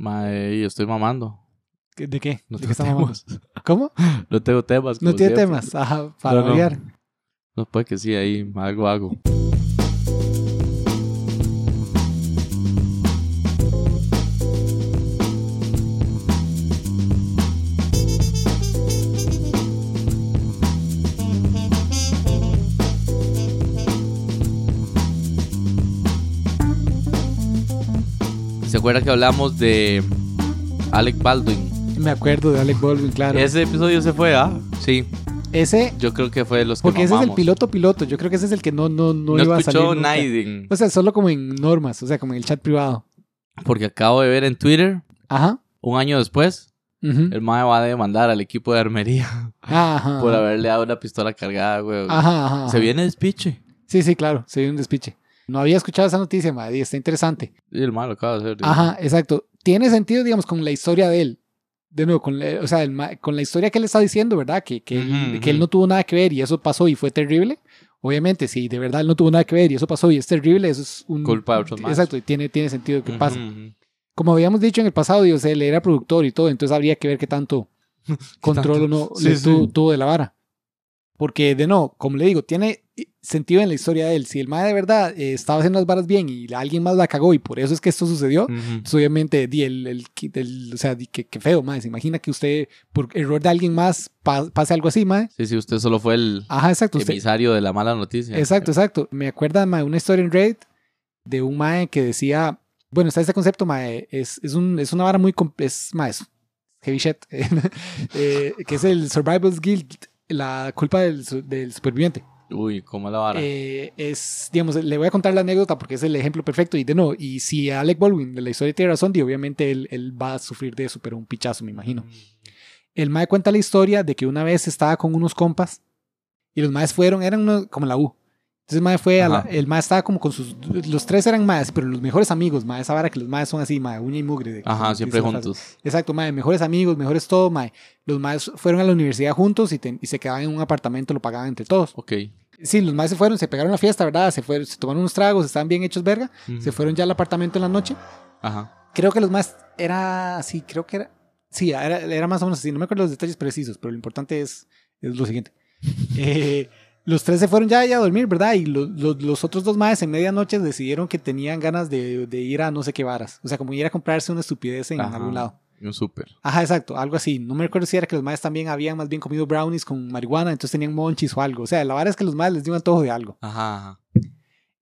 Mae, y estoy mamando. ¿Qué- ¿De qué? No ¿De tengo qué estamos hablando? ¿Cómo? No tengo temas. No como tiene siempre. temas. Ajá, para Pero no. variar. No puede que sí, ahí algo hago. ¿Se acuerda que hablamos de Alec Baldwin? Me acuerdo de Alec Baldwin, claro. Ese episodio se fue, ¿ah? Sí, Ese, yo creo que fue de los que porque ese es el mamamos. piloto piloto. Yo creo que ese es el que no, no, no, No, iba a salir. escuchó nunca. Pues- nadie. O sea, solo como en normas, o sea, como en el chat privado. Porque acabo de ver en Twitter, Ajá. un año después, ujú. el MAE va a demandar al equipo de armería Ajá. por haberle dado una pistola cargada, güey. Ajá, ajá, ajá. Se viene despiche. Sí, sí, claro, se dio un despiche. No había escuchado esa noticia, madre, y está interesante. Y el MAE lo acaba de hacer. digo. Ajá, exacto. Tiene sentido, digamos, con la historia de él. De nuevo, con la, o sea, el ma- con la historia que él está diciendo, ¿verdad? Que, que, él, Ujú, que él ujú. no tuvo nada que ver y eso pasó y fue terrible. Obviamente, si de verdad él no tuvo nada que ver y eso pasó y es terrible, eso es un... Culpa de otros más. Exacto, y tiene, tiene sentido que Ujú, pase. ujú. Como habíamos dicho en el pasado, Dios, él era productor y todo, entonces habría que ver qué tanto control o no Sí, le sí. tuvo, tuvo de la vara. Porque, de no, como le digo, tiene eh, sentido en la historia de él. Si el mae de verdad eh, estaba haciendo las varas bien y alguien más la cagó y por eso es que esto sucedió, Ujú. pues, obviamente, di el, el- el- o sea, di que, que feo, mae. Se imagina que usted, por error de alguien más, pa- pase algo así, mae. Sí, sí, usted solo fue el Ajá, exacto. Ah, Usted, emisario de la mala noticia. Exacto, exacto. Me acuerda mae, una historia en Reddit de un mae que decía, bueno, está este concepto, mae, es, es, un, es una vara muy, com- es mae, es heavy shit, eh, que es el Survival's Guild, la culpa del, su- del superviviente. Uy, cómo la vara. Eh, es, digamos, le voy a contar la anécdota porque es el ejemplo perfecto y de no, y si Alec Baldwin de la historia tiene razón, di, obviamente él, él va a sufrir de eso, pero un pichazo, me imagino. Mm. El mae cuenta la historia de que una vez estaba con unos compas y los maes fueron, eran unos, como la U. Entonces el mae fue, a la- Ajá. el mae estaba como con sus, los tres eran maes, pero los mejores amigos, mae, esa vara que los maes son así, mae, uña y mugre. de- Ajá, dice siempre la frase. juntos. Exacto, mae, mejores amigos, mejores todo, mae. Los maes fueron a la universidad juntos y, ten- y se quedaban en un apartamento, lo pagaban entre todos. Ok. Sí, los maes se fueron, se pegaron la fiesta, ¿verdad? Se fueron, se tomaron unos tragos, estaban bien hechos verga, Ujú. se fueron ya al apartamento en la noche Ajá. creo que los más era así, creo que era sí, era, era más o menos así, no me acuerdo los detalles precisos, pero lo importante es, es lo siguiente. Eh, los tres se fueron ya, ya a dormir, ¿verdad? Y lo- lo- los otros dos maes en medianoche decidieron que tenían ganas de, de ir a no sé qué varas, o sea, como ir a comprarse una estupidez en Ajá. algún lado. Y Un súper. Ajá, exacto, algo así. No me recuerdo si era que los maes también habían más bien comido brownies con marihuana, entonces tenían monchis o algo. O sea, la vara es que los maes les dio un antojo de algo. Ajá, ajá.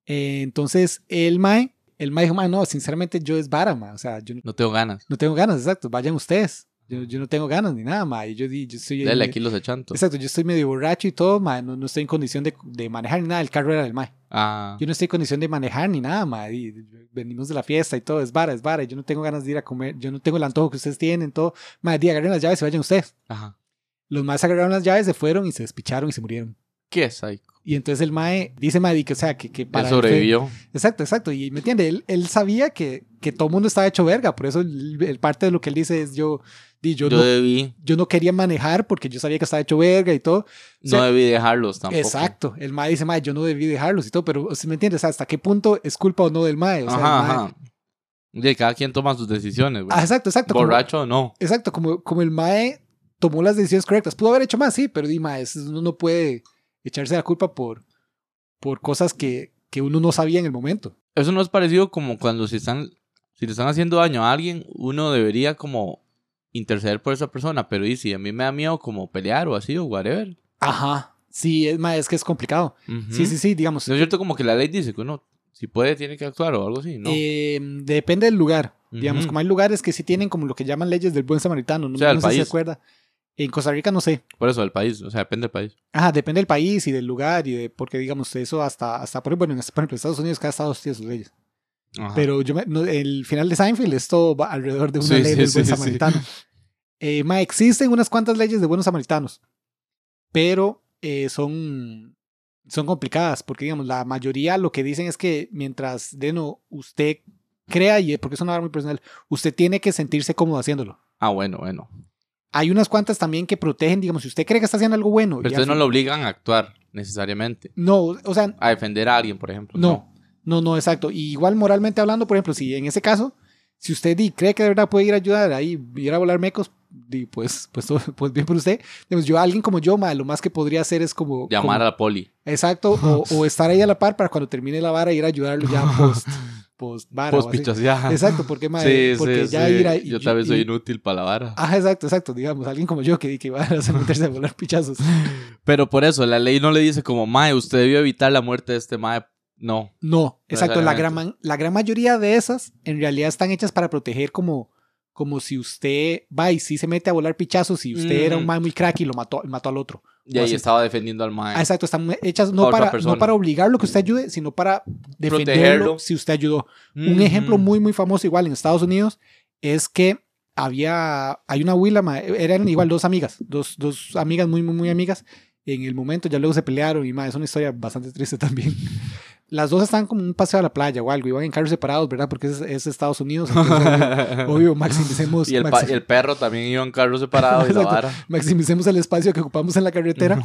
Eh, entonces, el mae, el mae dijo, mae, no, sinceramente yo es vara, mae. O sea, yo no No tengo ganas. no tengo ganas, exacto. Vayan ustedes. Yo, yo no tengo ganas ni nada, ma. Y Yo, di- yo estoy. Dale aquí los echantos. Exacto, yo estoy medio borracho y todo, ma. No, no estoy en condición de, de manejar ni nada. El carro era del ma. Ah. Yo no estoy en condición de manejar ni nada, ma. Y venimos de la fiesta y todo. Es vara, es vara. Yo no tengo ganas de ir a comer. Yo no tengo el antojo que ustedes tienen, todo. Ma, di, agarren las llaves y vayan ustedes. Ajá. Los más agarraron las llaves, se fueron y se despicharon y se murieron. ¿Qué psycho? Y entonces el mae dice, ma, di, que, o sea, que, que Él él fue- sobrevivió. Exacto, exacto. Y me entiende, él, él sabía que, que todo el mundo estaba hecho verga. Por eso el, el parte de lo que él dice es yo, di, yo, Yo no, debí, yo no quería manejar porque yo sabía que estaba hecho verga y todo. no sea, debí dejarlos tampoco. Exacto. El mae dice, mae, yo no debí dejarlos y todo, pero o sea, ¿me entiendes? ¿Hasta qué punto es culpa o no del mae? O sea, el ajá, mae- ajá. De cada quien toma sus decisiones, güey. Ah, exacto, exacto. como- Borracho o no. exacto, como, como el mae tomó las decisiones correctas. Pudo haber hecho más, sí, pero di, mae, es- uno no puede echarse la culpa por, por cosas que, que uno no sabía en el momento. Eso no es parecido como cuando si están, si le están haciendo daño a alguien, uno debería como interceder por esa persona. Pero y si a mí me da miedo como pelear o así o whatever. Ajá. Sí, es, mae, es que es complicado. Ujú. Sí, sí, sí, digamos. No es cierto como que la ley dice que uno, si puede, tiene que actuar o algo así, ¿no? Eh, depende del lugar. Digamos, Ujú. como hay lugares que sí tienen como lo que llaman leyes del buen samaritano. No, O sea, el no sé si se país. acuerda. En Costa Rica no sé. Por eso, del país. O sea, depende del país. Ajá, depende del país y del lugar y de, porque digamos eso hasta, hasta por, bueno, en, por ejemplo, Estados Unidos cada estado tiene sus leyes. Ajá. Pero yo me- no, el final de Seinfeld es todo va alrededor de una Sí, ley sí, del sí, buen sí. samaritano. Eh, ma, existen unas cuantas leyes de buenos samaritanos, pero eh, son, son complicadas porque digamos, la mayoría lo que dicen es que mientras de no, usted crea, y porque es una vara muy personal, usted tiene que sentirse cómodo haciéndolo. Ah, bueno, bueno. Hay unas cuantas también que protegen, digamos, si usted cree que está haciendo algo bueno. Pero y ustedes al no fin- lo obligan a actuar necesariamente. No, o sea, A defender a alguien, por ejemplo. No, no, no, exacto. Y igual moralmente hablando, por ejemplo, si en ese caso, Si usted di, cree que de verdad puede ir a ayudar ahí, ir a volar mecos, di, pues, pues, todo- pues bien por usted. Digamos, yo, alguien como yo, ma, lo más que podría hacer es como. Llamar como- a la poli. Exacto, o, o estar ahí a la par para cuando termine la vara ir a ayudarlo ya post, post vara. o Pues así. pichas, ya. Exacto, porque, ma, eh, Sí, porque sí, ya sí. ir Ah. a. Yo tal vez soy y- inútil para la vara. Ajá, exacto, exacto. Digamos, alguien como yo que, que iba a hacer meterse a volar pichazos. Pero por eso, la ley no le dice como, mae, usted debió evitar la muerte de este mae. No. No, exacto. La Necesariamente. gran, man- la gran mayoría de esas en realidad están hechas para proteger como, como si usted va y sí se mete a volar pichazos y usted era un Ujú. man muy crack y lo mató, y mató al otro. Y ahí Así. estaba defendiendo al mae. Ah, exacto, están hechas A no otra para, no persona. Mm. para obligarlo que usted ayude, sino para defenderlo Protegerlo. si usted ayudó. Un Ujú. ejemplo muy, muy famoso igual en Estados Unidos es que había, hay una huila, ma, e, eran igual dos amigas, dos, dos amigas muy, muy, muy amigas. En el momento ya luego se pelearon y ma, es una historia bastante triste también. Las dos estaban como en un paseo a la playa o algo, iban en carros separados, ¿verdad? Porque es, es Estados Unidos. entonces, obvio, maximicemos, y, el pa- maxi- y el perro también iba en carro separado y la Exacto. vara. maximicemos el espacio que ocupamos en la carretera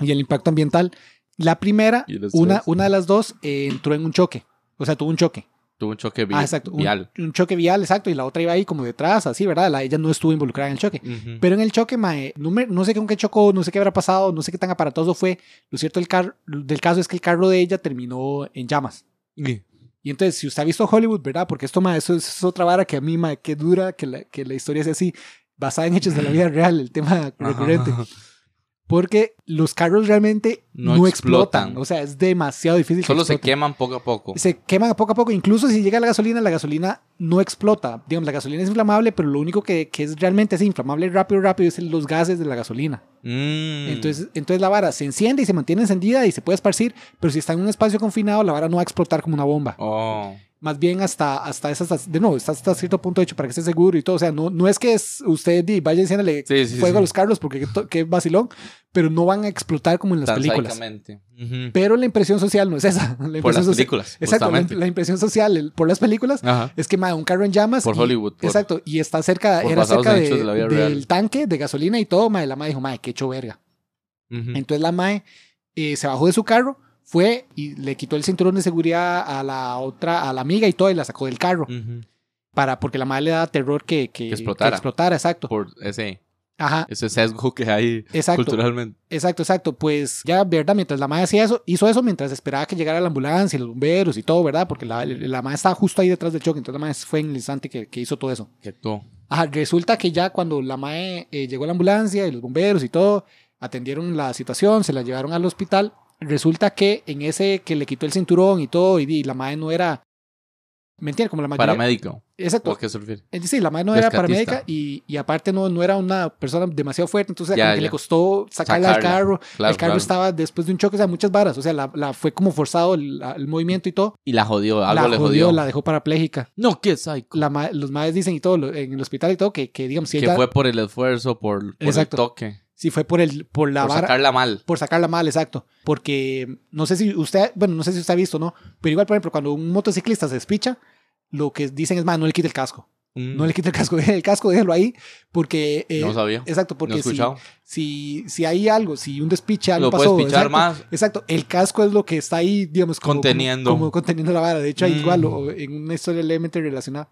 y el impacto ambiental. La primera, Y el estrés. una, una de las dos eh, entró en un choque, o sea, tuvo un choque. Tuvo un choque vi- Ah, exacto. Un, vial. un choque vial, exacto. Y la otra iba ahí como detrás, así, ¿verdad? La, ella no estuvo involucrada en el choque. Ujú. Pero en el choque, mae, no, me- no sé con qué chocó, no sé qué habrá pasado, no sé qué tan aparatoso fue. Lo cierto del, car- del caso es que el carro de ella terminó en llamas. Y- Y entonces, si usted ha visto Hollywood, ¿verdad? Porque esto, mae, eso es otra vara que a mí, mae, que dura, que la, que la historia sea así, basada en hechos de la vida real, el tema recurrente. Ajá. Porque los carros realmente no, No explotan. explotan. O sea, es demasiado difícil. que Solo se exploten queman poco a poco. se queman poco a poco. Incluso si llega la gasolina, la gasolina no explota. Digamos, la gasolina es inflamable, pero lo único que, que es realmente es inflamable rápido, rápido, es los gases de la gasolina. Mm. Entonces, entonces la vara se enciende y se mantiene encendida y se puede esparcir, pero si está en un espacio confinado, la vara no va a explotar como una bomba. Oh. Más bien hasta, hasta, esas- hasta- de nuevo, está hasta cierto punto hecho para que esté seguro y todo. O sea, no, no es que es- usted di, vaya diciéndole Sí, sí, fuego sí. a los carros porque qué to- qué vacilón, pero no van a explotar como en las Tan películas. psicamente. Ujú. Pero la impresión social no es esa. La Por impresión las social- películas. Exacto, la, justamente. la impresión social el- por las películas Ajá. es que ma, un carro en llamas. Por y- Hollywood, por- exacto, y está cerca, por era basados cerca en de- hechos de la vida del real. tanque de gasolina y todo. Ma, y la mae dijo, mae, qué hecho verga. Ujú. Entonces la mae eh, se bajó de su carro, fue y le quitó el cinturón de seguridad a la otra, a la amiga y todo, y la sacó del carro. Ujú. para Porque la mae le da terror que, que, Que explotara. que explotara, exacto. Por ese, Ajá, ese sesgo que hay Exacto. culturalmente. exacto, exacto. Pues ya, ¿verdad? Mientras la mae hacía eso, hizo eso mientras esperaba que llegara la ambulancia y los bomberos y todo, ¿verdad? Porque la, la mae estaba justo ahí detrás del choque, entonces la mae fue en el instante que- que hizo todo eso. Que tú. Ajá, resulta que ya cuando la mae eh, llegó a la ambulancia y los bomberos y todo, atendieron la situación, se la llevaron al hospital. Resulta que en ese que le quitó el cinturón y todo, y, di, la mae no era. ¿Me entiendes? Como la mayoría. Paramédico. Exacto. ¿O qué se refiere? Eh, Sí, la mae no era Rescatista. paramédica y, y aparte no, no era una persona demasiado fuerte, entonces Ya, como que ya. le costó sacarla del Sacarla. carro. Claro, el carro claro. estaba después de un choque, o sea, muchas varas. O sea, la, la- fue como forzado el, la- el movimiento y todo. Y la jodió. Algo la le jodió. la dejó parapléjica. No, qué psycho. La mae- los maes dicen y todo, lo- en el hospital y todo, que, que digamos, si que ella- fue por el esfuerzo, por, por el Exacto. toque. si fue por el por la por vara sacarla mal. por sacarla mal, exacto, porque no sé si usted, bueno, no sé si usted ha visto, ¿no? Pero igual, por ejemplo, cuando un motociclista se despicha, lo que dicen es, "Man, no le quite el casco. Mm. No le quite el casco, deje el casco, déjelo ahí porque eh, No sabía. exacto, no porque he si, escuchado. si si hay algo, si un despiche algo Lo puedes pasó, pichar exacto, más. Exacto, el casco es lo que está ahí, digamos, como, Conteniendo. como, como conteniendo la vara. De hecho, hay Mm. igual o- en una historia levemente relacionada.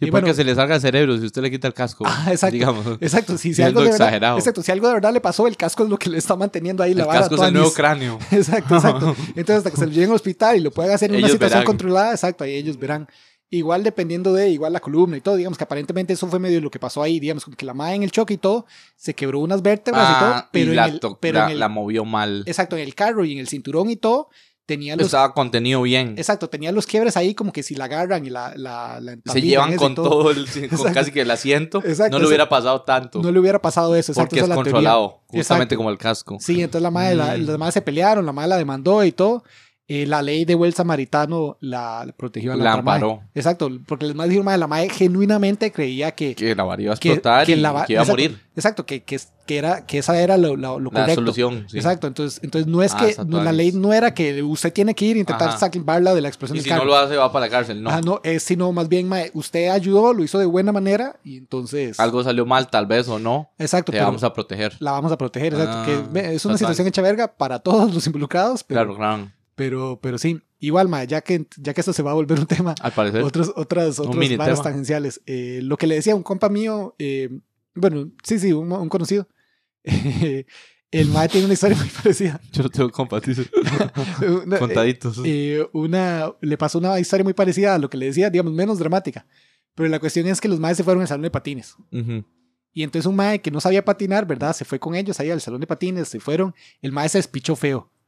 Sí, Y porque bueno- se le salga el cerebro si usted le quita el casco. Ah, exacto. Digamos. Exacto, si, si Siendo algo de verdad, exagerado. exacto, si algo de verdad le pasó, el casco es lo que le está manteniendo ahí la El vara. casco es toda el nuevo lisa. cráneo. Exacto, exacto. Entonces, hasta que se lo lleven al hospital y lo puedan hacer en una Ellos situación verán. controlada, exacto, ahí ellos verán. Igual dependiendo de, igual la columna y todo, digamos que aparentemente eso fue medio lo que pasó ahí, digamos, como que la madre en el choque y todo, se quebró unas vértebras y todo, Ah, pero, y en la, el, to- pero la- en el- la movió mal. exacto, en el carro y en el cinturón y todo, tenía los, Estaba contenido bien. exacto, tenía los quiebres ahí como que si la agarran y la, la, se la entampillan llevan ese y con todo, el, con Exacto. casi que el asiento. Exacto, no le hubiera pasado tanto. no le hubiera pasado eso, exacto, porque es esa es la teoría. controlado. Justamente Exacto. como el casco. Sí, entonces la madre, la, Mm. las madres se pelearon, la madre la demandó y todo. Eh, la ley de buen samaritano la la protegió a la, La otra madre. amparó. Exacto, porque les madre dijeron, madre, la madre genuinamente creía que... Que la varía iba a que- explotar que y la va- que iba a exacto, morir. Exacto, que, que, es- que era, que esa era lo, lo- lo La correcto. solución. sí. Exacto, entonces, entonces no es Ah, que está no, todo la bien. ley no era que usted tiene que ir e intentar Ajá. salvarla de la expresión Y del si carro. no lo hace, va para la cárcel. No. Ajá, no, es sino más bien, mae, usted ayudó, lo hizo de buena manera y entonces... Algo salió mal, tal vez o no. exacto, Te pero vamos a proteger. la vamos a proteger, exacto, Ah, que ve, es una total. situación hecha verga para todos los involucrados, pero, Claro, claro. pero, pero sí. Igual, ma, ya que, ya que esto se va a volver un tema, Al parecer. otros, otras, otras mini varas tema. tangenciales. Eh, lo que le decía un compa mío, eh, bueno, sí, sí, un, un conocido. el mae tiene una historia muy parecida. Yo no tengo compas, dice. Una- Contaditos. eh, una, le pasó una historia muy parecida a lo que le decía, digamos, menos dramática. Pero la cuestión es que los maes se fueron al salón de patines. Ujú. Y entonces un mae que no sabía patinar, ¿verdad? Se fue con ellos ahí al salón de patines, se fueron. El mae se despichó feo.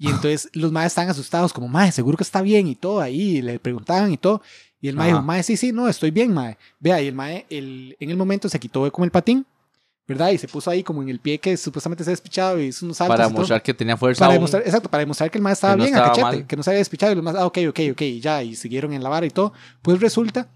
Y entonces los maes estaban asustados, como, mae, seguro que está bien y todo ahí. y le preguntaban y todo. Y el mae Ajá. dijo, mae, sí, sí, no, estoy bien, mae. Vea, y el mae el- en el momento se quitó con el patín, ¿verdad? Y se puso ahí como en el pie que supuestamente se ha despichado y hizo unos saltos. Para y todo. mostrar que tenía fuerza. Para Pues aún. demostrar, exacto, para demostrar que el maestro estaba Que no bien a estaba cachete, mal. que no se había despichado y lo más, ah, ok, ok, ok, y ya, y siguieron en la vara y todo. Pues resulta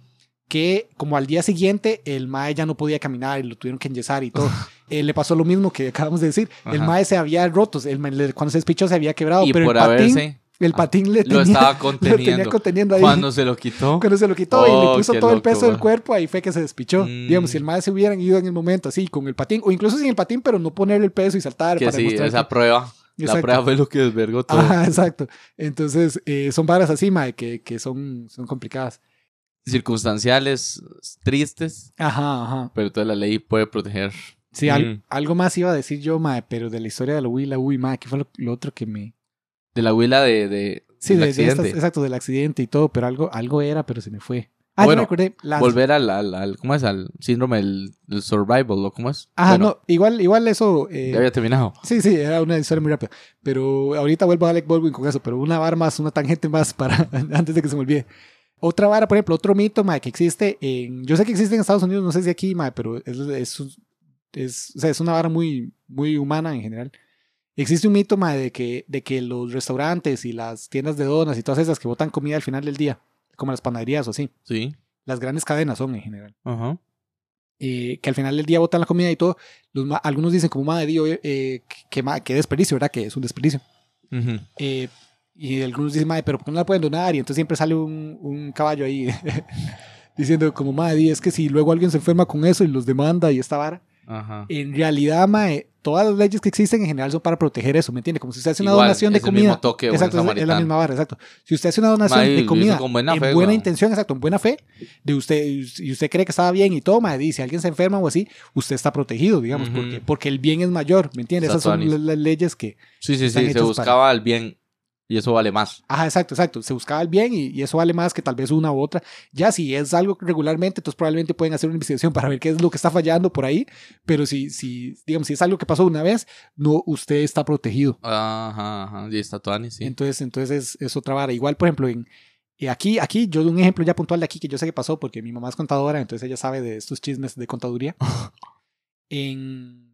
que como al día siguiente el mae ya no podía caminar y lo tuvieron que enyesar y todo. Eh, le pasó lo mismo que acabamos de decir. El Ajá. mae se había roto, el mae le- cuando se despichó se había quebrado, y pero por el patín, haberse. Ah, el patín le Lo tenía, estaba lo tenía conteniendo. conteniendo ahí. Cuando se lo quitó. Cuando se lo quitó y Oh, le puso qué todo el loco, peso del ma. cuerpo, ahí fue que se despichó. Mm. Digamos, si el mae se hubieran ido en el momento así, con el patín, o incluso sin el patín, pero no ponerle el peso y saltar Que para sí, demostrar esa que- prueba. La Exacto. prueba fue lo que desvergó todo. Ajá, exacto. Entonces, eh, son varas así, mae, que, que son, son complicadas. Circunstanciales tristes, Ajá, ajá. pero toda la ley puede proteger. Sí, al- Mm. algo más iba a decir yo, mae, pero de la historia de la Wii, la Wii, mae, que fue lo, lo otro que me... De la abuela de, de Sí, del de, de estas- accidente. exacto, del accidente y todo, pero algo, algo era, pero se me fue. Ah, Bueno, yo me acordé. las- Volver al, al, al- ¿cómo es? Al síndrome del, del survival, ¿o cómo es? Ajá, Bueno, no, igual, igual eso... eh, Ya había terminado. Sí, sí, era una historia muy rápida. Pero ahorita vuelvo a Alec Baldwin con eso, pero una vara más, una tangente más para antes de que se me olvide. Otra vara, por ejemplo, otro mito, mae, que existe en... Yo sé que existe en Estados Unidos, no sé si aquí, mae, pero es, es, un- es, o sea, es una vara muy, muy humana en general. Existe un mito, mae, de que, de que los restaurantes y las tiendas de donas y todas esas que botan comida al final del día, como las panaderías o así, Sí. las grandes cadenas son en general Ajá. eh, que al final del día botan la comida y todo, los ma- algunos dicen como madre, Dios, eh, que, ma- que desperdicio, ¿verdad? Que es un desperdicio. Ujú. Eh, y algunos dicen, madre, pero ¿por qué no la pueden donar? Y entonces siempre sale un, un caballo ahí diciendo como madre, di, es que si luego alguien se enferma con eso y los demanda y esta vara. Ajá. En realidad, mae, todas las leyes que existen en general son para proteger eso, ¿me entiende? Como si usted hace una Igual, donación de es el comida. mismo toque, buen exacto, es- es la samaritano. misma barra, exacto. Si usted hace una donación Mae, lo de hizo comida con buena en fe, buena weón. intención, exacto, en buena fe, de usted y usted cree que estaba bien y toma, dice, alguien se enferma o así, usted está protegido, digamos, Ujú. porque, porque el bien es mayor, ¿me entiende? Esas son Exacto, las, las leyes que, Sí, sí, Están sí. Se hechos buscaba el bien y eso vale más. Ajá, exacto, exacto. Se buscaba el bien y, y eso vale más que tal vez una u otra. Ya si es algo regularmente, entonces probablemente pueden hacer una investigación para ver qué es lo que está fallando por ahí. Pero si, si digamos, si es algo que pasó una vez, no, usted está protegido. Ajá, ajá. Y está Tuani, sí. Entonces, entonces es, es otra vara. Igual, por ejemplo, en, eh, aquí, aquí, yo doy un ejemplo ya puntual de aquí que yo sé que pasó porque mi mamá es contadora, entonces ella sabe de estos chismes de contaduría. en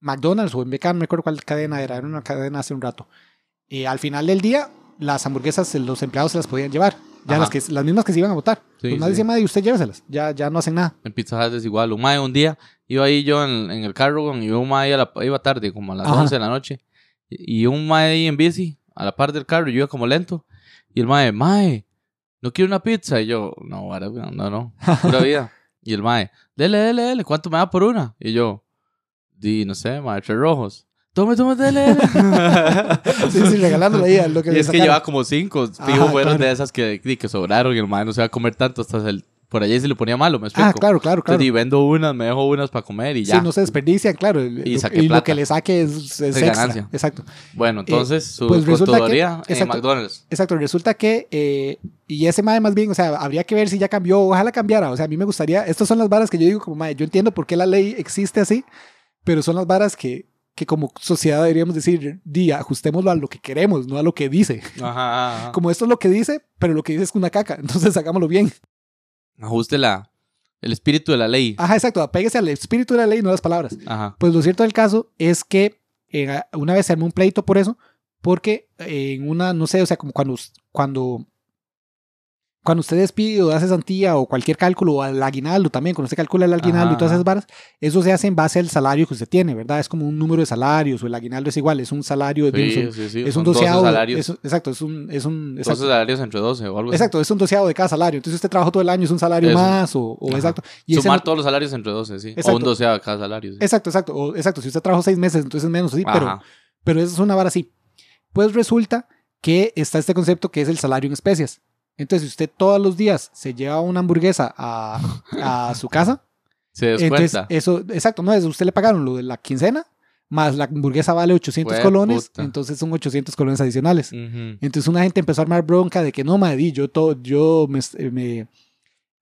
McDonald's o en BK, no me acuerdo cuál cadena era, era una cadena hace un rato. eh, al final del día, las hamburguesas eh, los empleados se las podían llevar. Ya Ajá. las, que, las mismas que se iban a votar. Sí, pues más sí. decía, madre, usted lléveselas. Ya, ya no hacen nada. En Pizza Hut es igual. Un mae, un día iba ahí yo en, en el carro weón, y un mae a la- iba tarde, como a las Ajá. 11 de la noche. Y y un mae ahí en bici, a la par del carro, y yo iba como lento. Y el mae, mae, ¿no quiero una pizza? Y yo, no, vara, weón, no, no, pura vida. Y el mae, dele, dele, dele, ¿cuánto me da por una? Y yo, di, no sé, mae, tres rojos. Tome, tome, dele, dele. Sí, sí, regalándole ahí a lo que Y le es que sacaron. llevaba como cinco, Ajá, fijo, fueron Ah, claro. de esas que, di, que sobraron y el mae no se va a comer tanto hasta el- por allí se le ponía malo, me explico. Ah, claro, claro, claro. Entonces, y vendo unas, me dejo unas para comer y ya. Sí, no se desperdician, claro. el- Y lo- saqué y lo plata. que le saque es, es extra. ganancia. Exacto. Bueno, entonces su pues resulta contaduría que- en exacto. McDonald's. Exacto, resulta que, eh, y ese mae más bien, o sea, habría que ver si ya cambió, ojalá cambiara, o sea, a mí me gustaría, estas son las varas que yo digo como mae, yo entiendo por qué la ley existe así, pero son las varas que, que como sociedad deberíamos decir, di, ajustémoslo a lo que queremos, no a lo que dice. Ajá, ajá, ajá. Como esto es lo que dice, pero lo que dice es una caca, entonces hagámoslo bien. Ajuste la, el espíritu de la ley. Ajá, exacto, apéguese al espíritu de la ley, no a las palabras. Ajá. Pues lo cierto del caso es que eh, una vez se armó un pleito por eso, porque eh, en una, no sé, o sea, como cuando, us- cuando, cuando usted despide o hace santía o cualquier cálculo, o al aguinaldo también, cuando usted calcula el aguinaldo y Ajá, todas ajá. esas varas, eso se hace en base al salario que usted tiene, ¿verdad? Es como un número de salarios, o el aguinaldo es igual, es un salario, Sí, digamos, un- sí, sí. pues es son un 12 doceavo. salarios. es un- exacto, es un, es un 12 exacto. salarios entre 12 o algo así. Exacto, es un doceavo de cada salario. Entonces usted trabajó todo el año, es un salario Eso. más, o, o Ajá. exacto. Sumar ese- todos los salarios entre 12, sí. O Exacto. un doceavo de cada salario. Sí. Exacto, exacto. O, exacto. Si usted trabajó seis meses, entonces menos, sí, pero, Ajá. pero eso es una vara así. Pues resulta que está este concepto que es el salario en especias. Entonces, si usted todos los días se lleva una hamburguesa a, a su casa, Se entonces descuenta. eso, exacto, no es, usted le pagaron lo de la quincena, más la hamburguesa vale 800 Jue colones, puta. entonces son 800 colones adicionales. Ujú. Entonces una gente empezó a armar bronca de que no, Madrid, yo todo, yo me, me-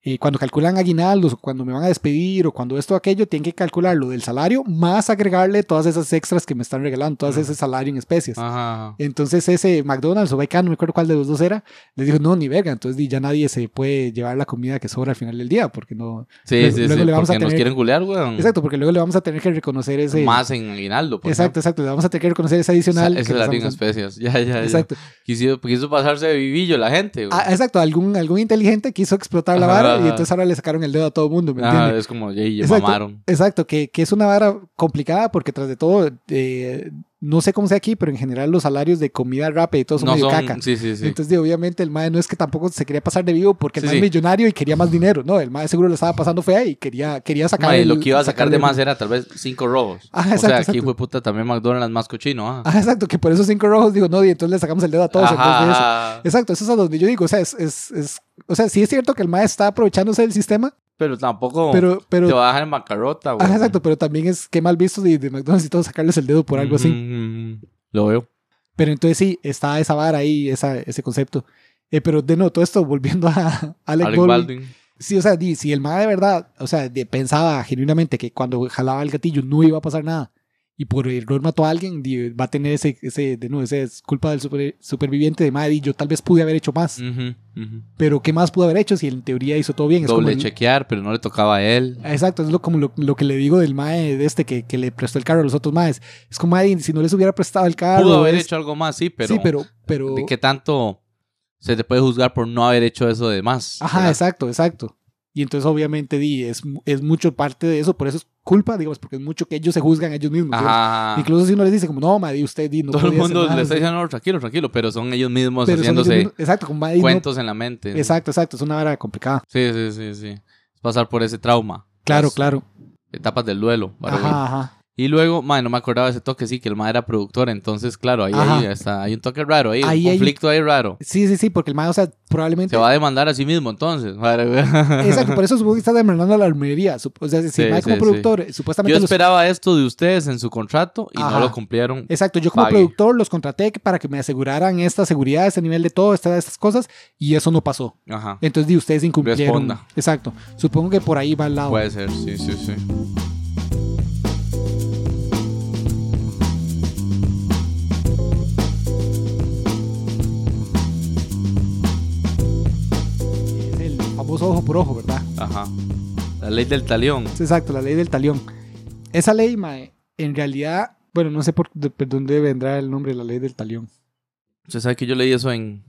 eh, cuando calculan aguinaldos, o cuando me van a despedir, o cuando esto o aquello, tienen que calcular lo del salario, más agregarle todas esas extras que me están regalando, todas Ujú. ese salario en especies. Ajá, ajá. Entonces ese McDonald's o Bacon, no me acuerdo cuál de los dos era, les dijo, no, ni verga, entonces di, ya nadie se puede llevar la comida que sobra al final del día, porque no... Sí, Luego- sí, luego sí. le vamos a Porque nos tener- quieren culear, weón. Exacto, porque luego le vamos a tener que reconocer ese... Mm. Más en aguinaldo, por exacto, exacto, le vamos a tener que reconocer ese adicional. ejemplo. Es que el le latín en estamos- especias. Ya, ya, ya. Exacto. Quiso, quiso pasarse de vivillo la gente, güey. Ah, exacto, algún, algún inteligente quiso explotar la Ajá, vara ajá. y entonces ahora le sacaron el dedo a todo el mundo, ¿me Ajá, entiendes? Ah, es como, ya, ya Exacto. mamaron. Exacto, que, que es una vara complicada porque tras de todo, eh, no sé cómo sea aquí, pero en general los salarios de comida rápida y todo son No medio son, caca. sí, sí, sí. Entonces, obviamente, el MAE no es que tampoco se quería pasar de vivo porque el Sí, MAE sí. es millonario y quería más dinero. No, el MAE seguro le estaba pasando fea y quería, quería sacar. Mae, el- lo que iba a sacar de sacarle- más era tal vez cinco rojos. Ah, o sea, exacto, aquí exacto. fue puta también McDonald's más cochino. Ah. Ah, exacto, que por esos cinco rojos digo, no, y entonces le sacamos el dedo a todos. en vez de eso. Ajá. Exacto, eso es a donde yo digo, o sea, es, es, es- o sea, sí es cierto que el MAE está aprovechándose del sistema, Pero tampoco pero, pero, te va a dejar en bancarrota, güey. ah, exacto, pero también es que mal visto de, de McDonald's y todo sacarles el dedo por algo así. así. Lo veo. Pero entonces sí, está esa vara ahí, esa, ese concepto. Eh, pero de nuevo, todo esto volviendo a Alec Alec, Baldwin. Baldwin. Sí, o sea, di- si el MAE de verdad, o sea, de- pensaba genuinamente que cuando jalaba el gatillo no iba a pasar nada y por error mató a alguien, di, va a tener ese, ese de nuevo, esa es culpa del super- superviviente de MAE. di, Yo tal vez pude haber hecho más, Ujú, ujú. pero ¿qué más pudo haber hecho si en teoría hizo todo bien? Es como Doble el- chequear, pero no le tocaba a él. Exacto, es lo, como lo, lo que le digo del MAE de este que, que le prestó el carro a los otros MAEs. Es como, "Ay, si no les hubiera prestado el carro. Pudo haber es- hecho algo más, sí, pero, sí, pero. pero ¿de qué tanto se te puede juzgar por no haber hecho eso de más? Ajá, ¿verdad? exacto, exacto. Y entonces obviamente di, es, mu- es mucho parte de eso, por eso es culpa, digamos, porque es mucho que ellos se juzgan a ellos mismos. digamos. Ajá. Incluso si uno les dice como, no, Maddy, usted di, no Todo el podía hacer mundo nada", le está o sea, diciendo, no, tranquilo, tranquilo, pero son ellos mismos pero son ellos haciéndose mismos- exacto, como Maddy, no- cuentos en la mente. ¿no? exacto, exacto, es una vara complicada. Sí, sí, sí, sí. Es pasar por ese trauma. Claro, Las claro. Etapas del duelo. para mí. Ajá, ajá. Y luego, mae, no me acordaba de ese toque, sí, que el mae era productor, entonces, claro, ahí, Ajá. ahí está, hay un toque raro, ahí, Ahí un hay- conflicto ahí raro. Sí, sí, sí, porque el Maddy, o sea, Se probablemente... va a demandar a sí mismo, entonces. madre mía. Exacto, por eso supongo que está demandando a la armería. sup- O sea, si Sí, el Maddy como sí, productor, Yo supuestamente... los- esperaba esto de ustedes en su contrato y no Ajá. lo cumplieron. Exacto, yo como Pague. productor los contraté para que me aseguraran esta seguridad, este nivel de todo, estas, estas cosas, y eso no pasó. Ajá. Entonces, di, ustedes incumplieron. Responda. Pues. Exacto. Supongo que por ahí va al lado. Puede ser, sí, sí, sí. Es el famoso ojo por ojo, ¿verdad? Ajá. La ley del talión. Es Exacto, la ley del talión. Esa ley, mae, en realidad, bueno, no sé por, de- por dónde vendrá el nombre de la ley del talión. Usted sabe que yo leí eso en,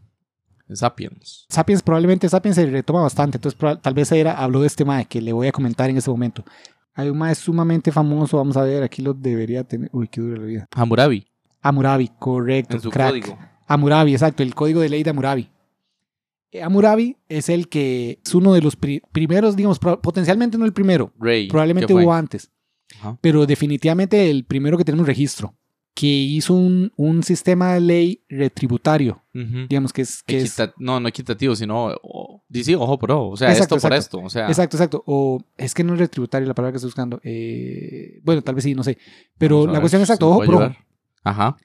en Sapiens. Sapiens probablemente, Sapiens se retoma bastante, entonces proba- tal vez era, habló de este mae que le voy a comentar en este momento. Hay un mae sumamente famoso, vamos a ver, aquí lo debería tener. Uy, qué dura la vida. Hammurabi, Amurabi, correcto. en su crack. código. Hammurabi, exacto, el código de ley de Hammurabi. Eh, Hammurabi es el que es uno de los pri- primeros, digamos, pro- potencialmente no el primero, Rey. probablemente ¿qué fue? hubo antes, Ajá. pero definitivamente el primero que tenemos registro, que hizo un, un sistema de ley retributario, Ujú. digamos que es... Que es Equita- No, no equitativo, sino. o- dice, ojo por ojo. O sea, Exacto, esto por exacto. esto. O sea, Exacto, exacto. O es que no es retributario la palabra que estoy buscando. eh, bueno, tal vez sí, no sé. Pero Vamos a la ver cuestión si es exacto. nos Ojo, puede por ojo. ayudar. Ajá.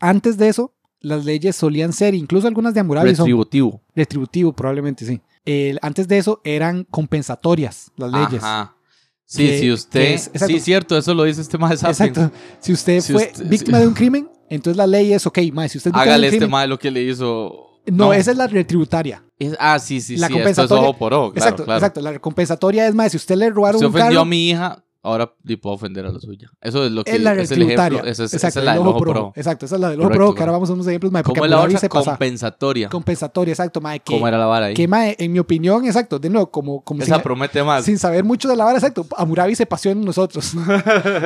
Antes de eso, las leyes solían ser, incluso algunas de Hammurabi son Retributivo. Retributivo, probablemente, sí. El- antes de eso eran compensatorias las leyes. Ajá. Sí, Que- si que usted. es- exacto. sí, cierto, eso lo dice este más Exacto. Si usted Si fue usted- víctima de un crimen, entonces la ley es, ok, mae, si usted es víctima Hágale de un este crimen. mal lo que le hizo. no, esa es la retributaria. Es- ah, sí, sí, La sí. Esto es compensatoria- ojo por ojo. Claro, exacto, claro. exacto. La compensatoria es, mae, si usted le robaron Se un ofendió carro, a mi hija, ahora le puedo ofender a la suya. Eso es lo que es la es el ejemplo. retributaria. Esa es, exacto, esa es la el del ojo por ojo. Exacto, esa es la del ojo Correcto, pro, que ahora correcto. vamos a unos ejemplos, mae, porque ¿Cómo es la Hammurabi otra? se pasa. Compensatoria. Compensatoria, exacto, mae, que, ¿Cómo era la vara ahí? que, mae, en mi opinión, exacto, de nuevo, como, como Esa si- promete más. sin saber mucho de la vara, exacto. Amurabi se paseó en nosotros.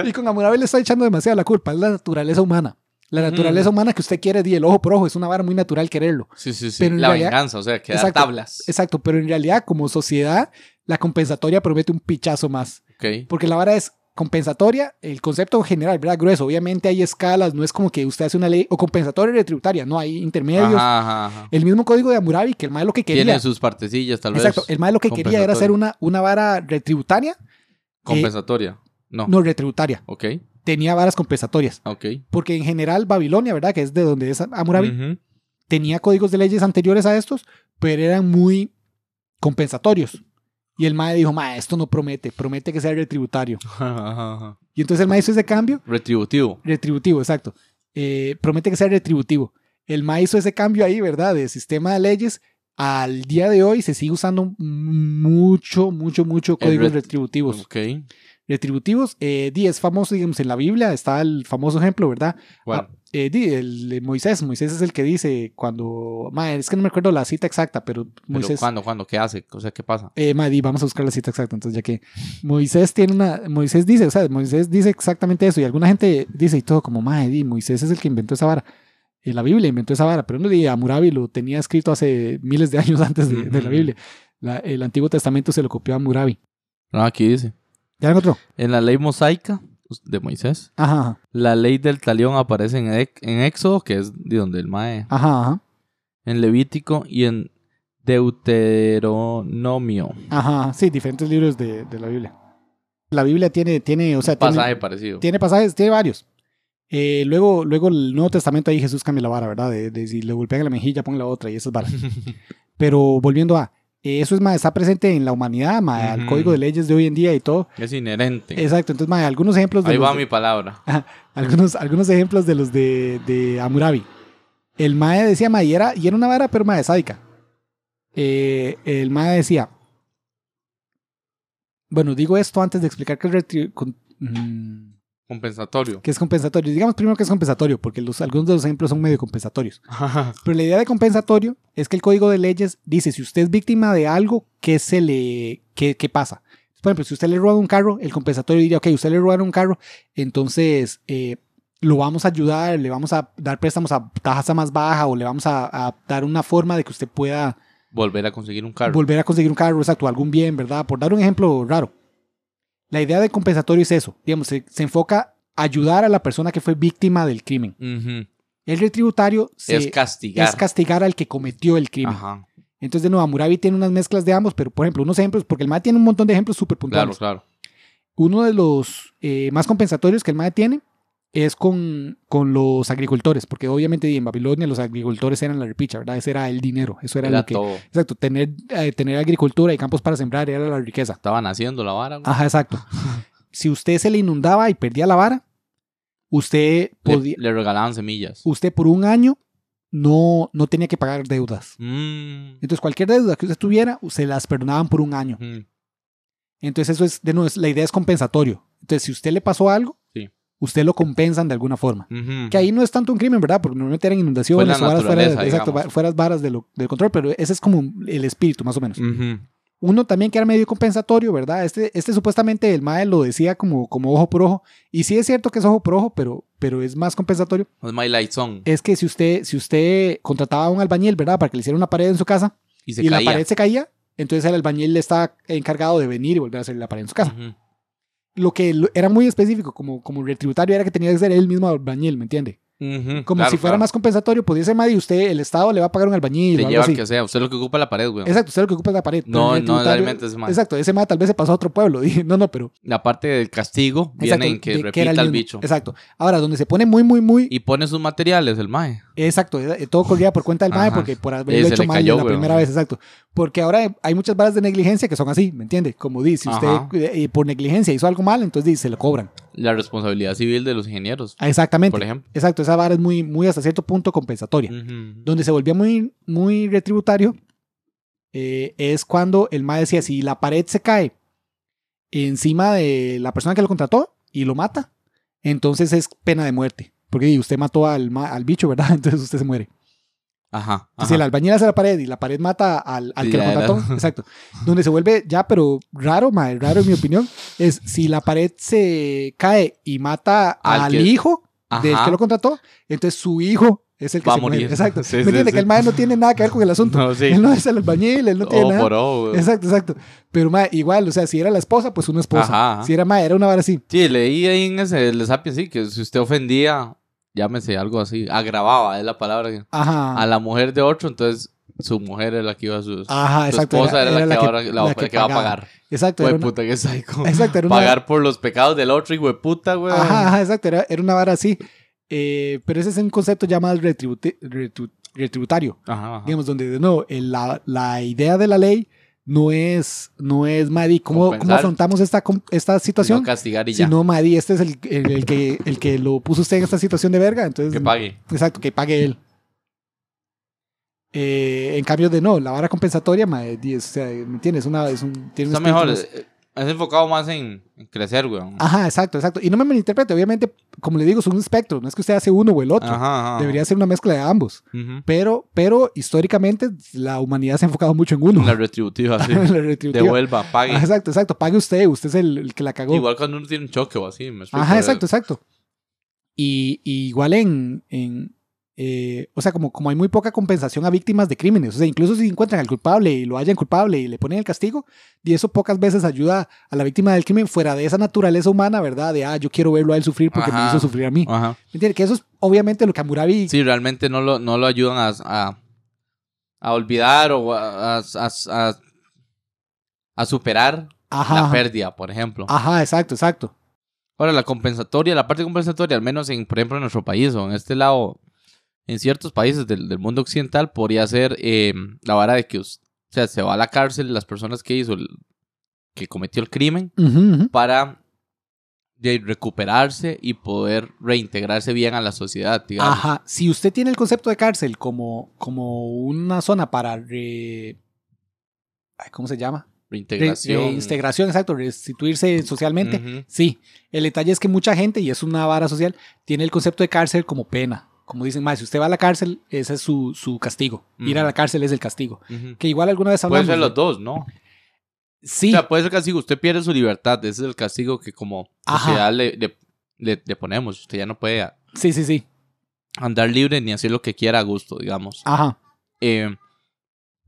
y con Amurabi le está echando demasiado la culpa. Es la naturaleza humana. Mm. La naturaleza humana que usted quiere, di el ojo por ojo, es una vara muy natural quererlo. Sí, sí, sí. Pero en la realidad- venganza, o sea, que da Exacto. tablas. Exacto, pero en realidad, como sociedad, la compensatoria promete un pichazo más. Ok. Porque la vara es, compensatoria, el concepto general, ¿verdad? Grueso. Obviamente hay escalas, no es como que usted hace una ley o compensatoria y retributaria, no hay intermedios. Ajá, ajá, ajá. El mismo código de Hammurabi, que el más lo que quería. Tiene sus partecillas, tal vez. Exacto, el más lo que quería era compensatoria. hacer una, una vara retributaria, Compensatoria. no. no retributaria. Ok, Tenía varas compensatorias. ok. Porque en general Babilonia, ¿verdad? Que es de donde es Hammurabi, Ujú. tenía códigos de leyes anteriores a estos, pero eran muy compensatorios. Y el MAE dijo, MAE, esto no promete, promete que sea retributario. Ajá, ajá, ajá. Y entonces el MAE hizo ese cambio, Retributivo. retributivo, exacto. Eh, promete que sea retributivo. El MAE hizo ese cambio ahí, ¿verdad? De sistema de leyes. Al día de hoy se sigue usando mucho, mucho, mucho El códigos ret- retributivos. Ok. Retributivos, eh, di, es famoso, digamos, en la Biblia está el famoso ejemplo, ¿verdad? Bueno, Ah, eh, di, el de Moisés, Moisés es el que dice cuando, ma, es que no me acuerdo la cita exacta, pero pero Moisés, ¿cuándo, cuándo? ¿Qué hace? O sea, ¿qué pasa? eh, ma, di, vamos a buscar la cita exacta, entonces ya que Moisés tiene una, Moisés dice, o sea, Moisés dice exactamente eso y alguna gente dice y todo como, ma, di, Moisés es el que inventó esa vara, Eh, la Biblia inventó esa vara, pero no di, Amurabi lo tenía escrito hace miles de años antes de, de la Ujú. Biblia, La- el Antiguo Testamento se lo copió a Amurabi. No, aquí dice. ¿Ya lo encontró? En la ley mosaica de Moisés, Ajá, ajá, la ley del talión aparece en, Ec- en Éxodo, que es de donde el Mae, ajá, ajá, en Levítico y en Deuteronomio. ajá, sí, diferentes libros de, de la Biblia. La Biblia tiene, tiene, o sea, tiene- Pasaje parecido. Tiene pasajes, tiene varios. Eh, luego, luego el Nuevo Testamento ahí Jesús cambia la vara, ¿verdad? De, de si le golpean la mejilla, ponga la otra y esas varas. Pero volviendo a, eh, eso es más, está presente en la humanidad, más al Ujú. código de leyes de hoy en día y todo. Es inherente. Exacto, entonces más, algunos ejemplos de, Ahí los va de- mi palabra. algunos, algunos ejemplos de los de, de Hammurabi. El Mae decía, mae, y era, y era una vara, pero mae sádica. Eh, el Mae decía, bueno, digo esto antes de explicar que el retri- con- mm, Compensatorio. que es compensatorio. Digamos primero que es compensatorio, porque los, algunos de los ejemplos son medio compensatorios. Pero la idea de compensatorio es que el código de leyes dice, si usted es víctima de algo, ¿qué se le qué, qué pasa? Por ejemplo, si usted le roba un carro, el compensatorio diría, ok, usted le robaron un carro, entonces eh, lo vamos a ayudar, le vamos a dar préstamos a tasa más baja o le vamos a, a dar una forma de que usted pueda Volver a conseguir un carro. volver a conseguir un carro, exacto, algún bien, ¿verdad? Por dar un ejemplo raro. La idea de compensatorio es eso, digamos, se, se enfoca a ayudar a la persona que fue víctima del crimen. Ujú. El retributario se- es castigar. es castigar al que cometió el crimen. Ajá. Entonces, de nuevo, Hammurabi tiene unas mezclas de ambos, pero por ejemplo, unos ejemplos, porque el MAE tiene un montón de ejemplos súper Claro, puntuales. claro. Uno de los eh, más compensatorios que el MAE tiene es con, con los agricultores, porque obviamente en Babilonia los agricultores eran la repicha, ¿verdad? Ese era el dinero, eso era, Era lo que... todo. Exacto, tener, eh, tener agricultura y campos para sembrar era la riqueza. Estaban haciendo la vara. güey. Ajá, exacto. si usted se le inundaba y perdía la vara, usted Le- podía, le, regalaban semillas. usted por un año no, no tenía que pagar deudas. Mm. Entonces, cualquier deuda que usted tuviera, se las perdonaban por un año. Ujú. Entonces, eso es, de nuevo, es- la idea es compensatorio. Entonces, si usted le pasó algo, Sí. usted lo compensan de alguna forma. Ujú. Que ahí no es tanto un crimen, ¿verdad? Porque normalmente eran inundaciones Fue la o varas fuera, de- naturaleza, exacto, digamos. va- fuera varas de lo- del control, pero ese es como el espíritu, más o menos. Ujú. Uno también que era medio compensatorio, ¿verdad? Este, este supuestamente el MAE lo decía como, como ojo por ojo. Y sí es cierto que es ojo por ojo, pero, pero es más compensatorio. Es My Light Song. Es que si usted, si usted contrataba a un albañil, ¿verdad? Para que le hiciera una pared en su casa Y se y la caía. pared se caía, entonces el albañil le estaba encargado de venir y volver a hacer la pared en su casa. Ujú. Lo que lo- era muy específico, como, como retributario, era que tenía que ser él mismo albañil, ¿me entiende? Ujú. Mm, Como Claro, si fuera claro. más compensatorio, podía ser madre y usted, el Estado le va a pagar un albañil. Te o algo lleva así. al que sea. Usted es lo que ocupa la pared, güey. Exacto, usted lo que ocupa es la pared. pero No, el no, tributario- realmente es más. Exacto, ese madre tal vez se pasó a otro pueblo. Dije, no, no, pero. La parte del castigo exacto, viene en que de repita era el, mismo. bicho. Exacto. Ahora, donde se pone muy, muy, muy. Y pone sus materiales, el mae. Exacto, eh, todo corría por cuenta del MAE Ajá. porque por haberlo Eh, se hecho le mal cayó, la weón. primera vez, exacto. Porque ahora hay muchas varas de negligencia que son así, ¿me entiende? Como dice, si usted Ajá. eh, por negligencia hizo algo mal, entonces dice, se lo cobran. La responsabilidad civil de los ingenieros, Ah, Exactamente. por ejemplo. Exacto, esa vara es muy, muy hasta cierto punto compensatoria. Ujú. Donde se volvía muy, muy retributario eh, es cuando el MAE decía, si la pared se cae encima de la persona que lo contrató y lo mata, entonces es pena de muerte. Porque y, usted mató al, ma- al bicho, ¿verdad? Entonces usted se muere. Ajá. Si el ajá. albañil hace la pared y la pared mata al, al Sí, que lo ya era. contrató, exacto. Donde se vuelve ya, pero raro, mae, raro en mi opinión, es si la pared se cae y mata al, Al que- hijo del Ajá. que lo contrató, entonces su hijo es el que va a se muere. morir. Exacto. Sí, ¿Me sí, entiende? sí. Que el mae no tiene nada que ver con el asunto. No, sí. Él no es el albañil, él no tiene O nada. por oh, O. Exacto, exacto. Pero mae, igual, o sea, si era la esposa, pues una esposa. Ajá, ajá. Si era mae, era una vara así. Sí, leí ahí en ese, el Sapien, sí, que si usted ofendía, llámese algo así, agravaba, es la palabra, que- Ajá. a la mujer de otro, entonces su mujer era la que iba a su... Ajá, su Ah, exacto. esposa era, la, que ahora la la que va a pagaba. pagar. Exacto. era Güey, una- puta, qué psycho. Exacto, era una- Pagar pues. por los pecados del otro, hijo de puta, güey. Ajá, ajá, exacto, era, era una vara así. Eh, pero ese es un concepto ya más retributi- retu- retributario, Ajá, ajá. digamos, donde de nuevo el- la, la idea de la ley no es, no es Madi, ¿cómo, Compensar. cómo afrontamos esta, com- esta situación? No castigar y ya. sino Madi, este es el, el- el que, el que lo puso usted en esta situación de verga, entonces... que pague. Exacto, que pague él. Eh, en cambio de no, la vara compensatoria, Madi, o sea, ¿me entiendes? Una, es Ah, un, tiene un Está espíritu mejor. más- eh, Es enfocado más en, en crecer, güey. Ajá, exacto, exacto. Y no me malinterprete, obviamente, como le digo, es un espectro, no es que usted hace uno o el otro. Ajá, ajá. Debería ser una mezcla de ambos. Ujú. Pero, pero históricamente la humanidad se ha enfocado mucho en uno. La retributiva, sí. La retributiva. Devuelva, pague. Ah, exacto, exacto. Pague usted, usted es el, el que la cagó. Igual cuando uno tiene un choque o así, me explico. Ajá, exacto, exacto. Y, y igual en, en, eh, o sea, como, como hay muy poca compensación a víctimas de crímenes, o sea, incluso si encuentran al culpable y lo hallan culpable y le ponen el castigo, y eso pocas veces ayuda a la víctima del crimen fuera de esa naturaleza humana, ¿verdad? De, ah, yo quiero verlo a él sufrir porque me Ajá. hizo sufrir a mí. ¿Me Ajá. entiendes? Que eso es obviamente lo que Hammurabi... Sí, realmente no lo, no lo ayudan a, a, a olvidar o a, a- a- a- a superar Ajá, Ah. la ajá. pérdida, por ejemplo. Ajá, exacto, exacto. Ahora, la compensatoria, la parte compensatoria, al menos en, por ejemplo, en nuestro país o en este lado, en ciertos países del, del mundo occidental, podría ser eh, la vara de que, us- o sea, se va a la cárcel las personas que hizo, el- que cometió el crimen, Ujú, ujú. para de recuperarse y poder reintegrarse bien a la sociedad, digamos. Ajá, si usted tiene el concepto de cárcel como, como una zona para... re- ay, ¿Cómo se llama? Reintegración. Re- reintegración, exacto, restituirse socialmente. Ujú. Sí, el detalle es que mucha gente, y es una vara social, tiene el concepto de cárcel como pena. Como dicen, más, si usted va a la cárcel, ese es su, su castigo. Ir a Ujú. la cárcel es el castigo. Ujú. Que igual alguna vez Puede hablamos. ser los de- dos, ¿no? Sí, O sea, puede ser castigo. Usted pierde su libertad. Ese es el castigo que como Ajá. sociedad le, le- le- le ponemos. Usted ya no puede a- sí, sí, sí. andar libre ni hacer lo que quiera a gusto, digamos. Ajá. Eh,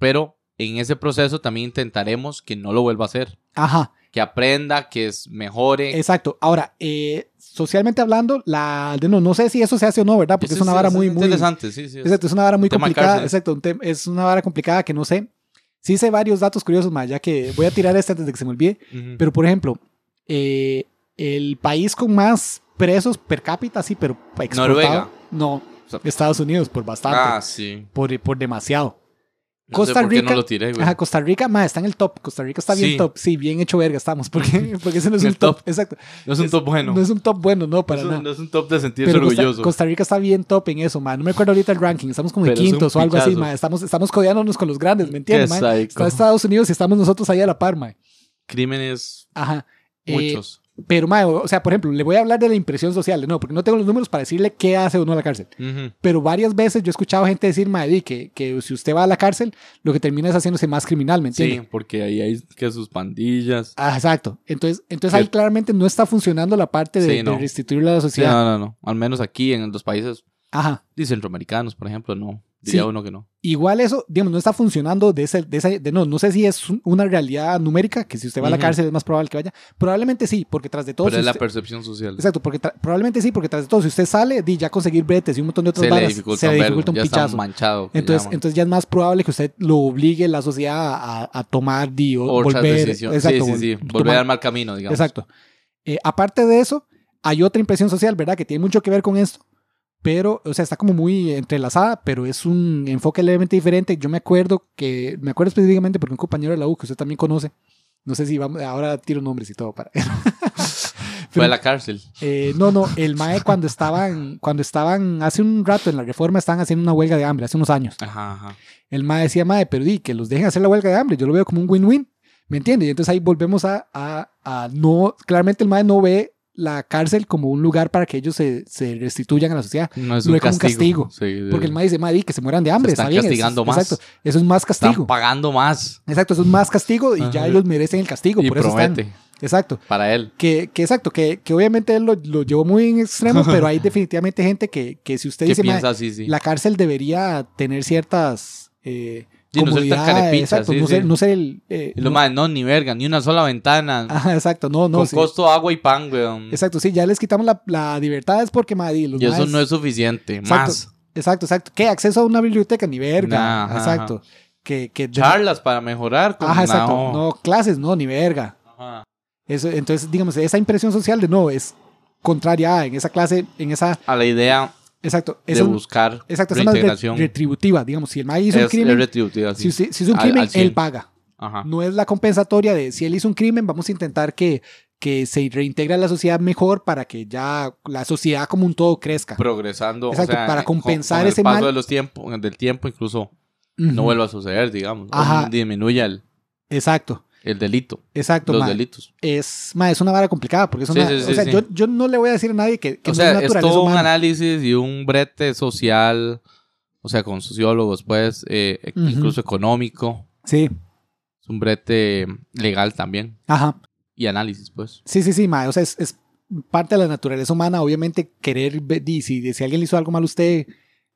pero en ese proceso también intentaremos que no lo vuelva a hacer. Ajá. Que aprenda, que es- mejore. Exacto. Ahora, eh, socialmente hablando, la de no, no sé si eso se hace o no, ¿verdad? Porque Ese es una vara muy, muy. Interesante, sí, sí. es- Exacto, es una vara muy tema de complicada. cárcel. Exacto, un tem- es una vara complicada que no sé. Sí sé varios datos curiosos más, ya que voy a tirar este antes de que se me olvide. Ujú. Pero, por ejemplo, eh, el país con más presos per cápita, sí, pero exportado. Noruega. No, O sea, Estados Unidos, por bastante. ah, sí. por, por demasiado. No Costa sé por qué Rica- no lo tiré, güey. Ajá, Costa Rica, más está en el top. Costa Rica está bien Sí. top. Sí, bien hecho verga estamos. Porque, porque ese no es En un el top. top. Exacto. no es un top bueno. No es un top bueno, no, No para es un, nada. no es un top de sentirse Pero Costa, orgulloso. Costa Rica está bien top en eso, man. No me acuerdo ahorita el ranking. Estamos como de Pero es un quintos o algo así, pichazo. man. Estamos, estamos codeándonos con los grandes, ¿me Qué entiendes, man? psycho. Está Estados Unidos y estamos nosotros ahí a la par, man. Crímenes Ajá. Eh, muchos. pero, man, o o sea, por ejemplo, le voy a hablar de la impresión social, no, porque no tengo los números para decirle qué hace o no la cárcel. Ujú. Pero varias veces yo he escuchado gente decir, madre, que, que si usted va a la cárcel, lo que termina es haciéndose más criminal, ¿me entiende? Sí, porque ahí hay que sus pandillas. Ah, exacto. Entonces, entonces ahí Que- claramente no está funcionando la parte de, Sí, de no. restituirle a la Sí, sociedad. no, no, no. Al menos aquí en los países Ajá. de centroamericanos, por ejemplo, no. Diría Sí. uno que no. Igual eso, digamos, no está funcionando de ese, de ese- de no, no sé si es un- una realidad numérica, que si usted va a la Ujú. cárcel es más probable que vaya. Probablemente sí, porque tras de todo. Pero si es la usted- percepción social. este Exacto, porque tra- probablemente sí, porque tras de todo, si usted sale, di ya conseguir bretes y un montón de otras Se le varas, dificulta, se le un vergo, dificulta un ya pichazo. está manchado. que Entonces, llaman. entonces ya es más probable que usted lo obligue la sociedad a, a tomar, di, o Otras volver. decisiones. Exacto, sí, sí, sí. vol- Volver tomar- al mal camino, digamos. Exacto. Eh, aparte de eso, hay otra impresión social, ¿verdad? Que tiene mucho que ver con esto, pero, o sea, está como muy entrelazada, pero es un enfoque levemente diferente. Yo me acuerdo que, me acuerdo específicamente porque un compañero de la U que usted también conoce, no sé si vamos, ahora tiro nombres y todo para... Fue a la cárcel. Eh, no, no, el MAE cuando estaban, cuando estaban, hace un rato en la reforma estaban haciendo una huelga de hambre, hace unos años. Ajá, ajá. El MAE decía, MAE, pero di, que los dejen hacer la huelga de hambre. Yo lo veo como un win-win. ¿Me entiendes? Y entonces ahí volvemos a, a- a no. Claramente el MAE no ve la cárcel como un lugar para que ellos se, se restituyan a la sociedad. No es Lo un ve como un castigo. castigo, Sí, Porque el MAE dice, MAE, di, que se mueran de hambre. Mm. están está bien, eso es- castigando más. Exacto. Eso es más Están castigo. pagando más. Exacto, eso es más castigo y ya Ajá. ellos merecen el castigo. Y por eso están- promete. Exacto. Para él. Que, que exacto, que, que obviamente él lo, lo llevó muy en extremo, pero hay definitivamente gente que, que si usted Que dice, "Mae, piensa así, sí. la cárcel debería tener ciertas eh, Sí, no ser tan comodidades, carepicha, exacto, sí, no, sí. Ser, no ser el eh, Y lo no- más, no, ni verga, ni una sola ventana. Ajá, exacto, no, Ah, no, con sí. costo agua y pan, weón. exacto, sí, ya les quitamos la, la libertad es porque madre, los Y eso maes- no es suficiente. Exacto. Más. exacto, exacto, ¿qué? Acceso a una biblioteca ni verga, Nah, ajá, exacto, que que Charlas para mejorar. Con, ajá, exacto, no. no clases, no ni verga, Ajá. eso, entonces digamos esa impresión social de no es contraria a, en esa clase, en esa, A la idea exacto, de esa- buscar exacto, esa es más re- reintegración. retributiva, digamos, si el maíz hizo es, un crimen, es retributiva, sí. si, usted- si es un Al- crimen, al cien. él paga. Ajá. No es la compensatoria de si él hizo un crimen, vamos a intentar que, que se reintegre a la sociedad mejor para que ya la sociedad como un todo crezca. Progresando. Exacto, o sea, para con- compensar con el ese paso mal. de los tiempos, del tiempo incluso no Ujú. vuelva a suceder, digamos. O Ajá. Disminuya el, Exacto, el delito, exacto. los ma. delitos. Es, ma, es una vara complicada porque es Sí, una- sí, sí, o sea, sí. Yo, yo no le voy a decir a nadie que, que o no sea, es es naturaleza todo un humana. análisis y un brete social, o sea, con sociólogos, pues, eh, e- Ujú. incluso económico. Sí, Es un brete legal también. ajá. Y análisis, pues. Sí, sí, sí, ma, o sea, es, es parte de la naturaleza humana, obviamente, querer, ver- y si, si alguien le hizo algo mal a usted,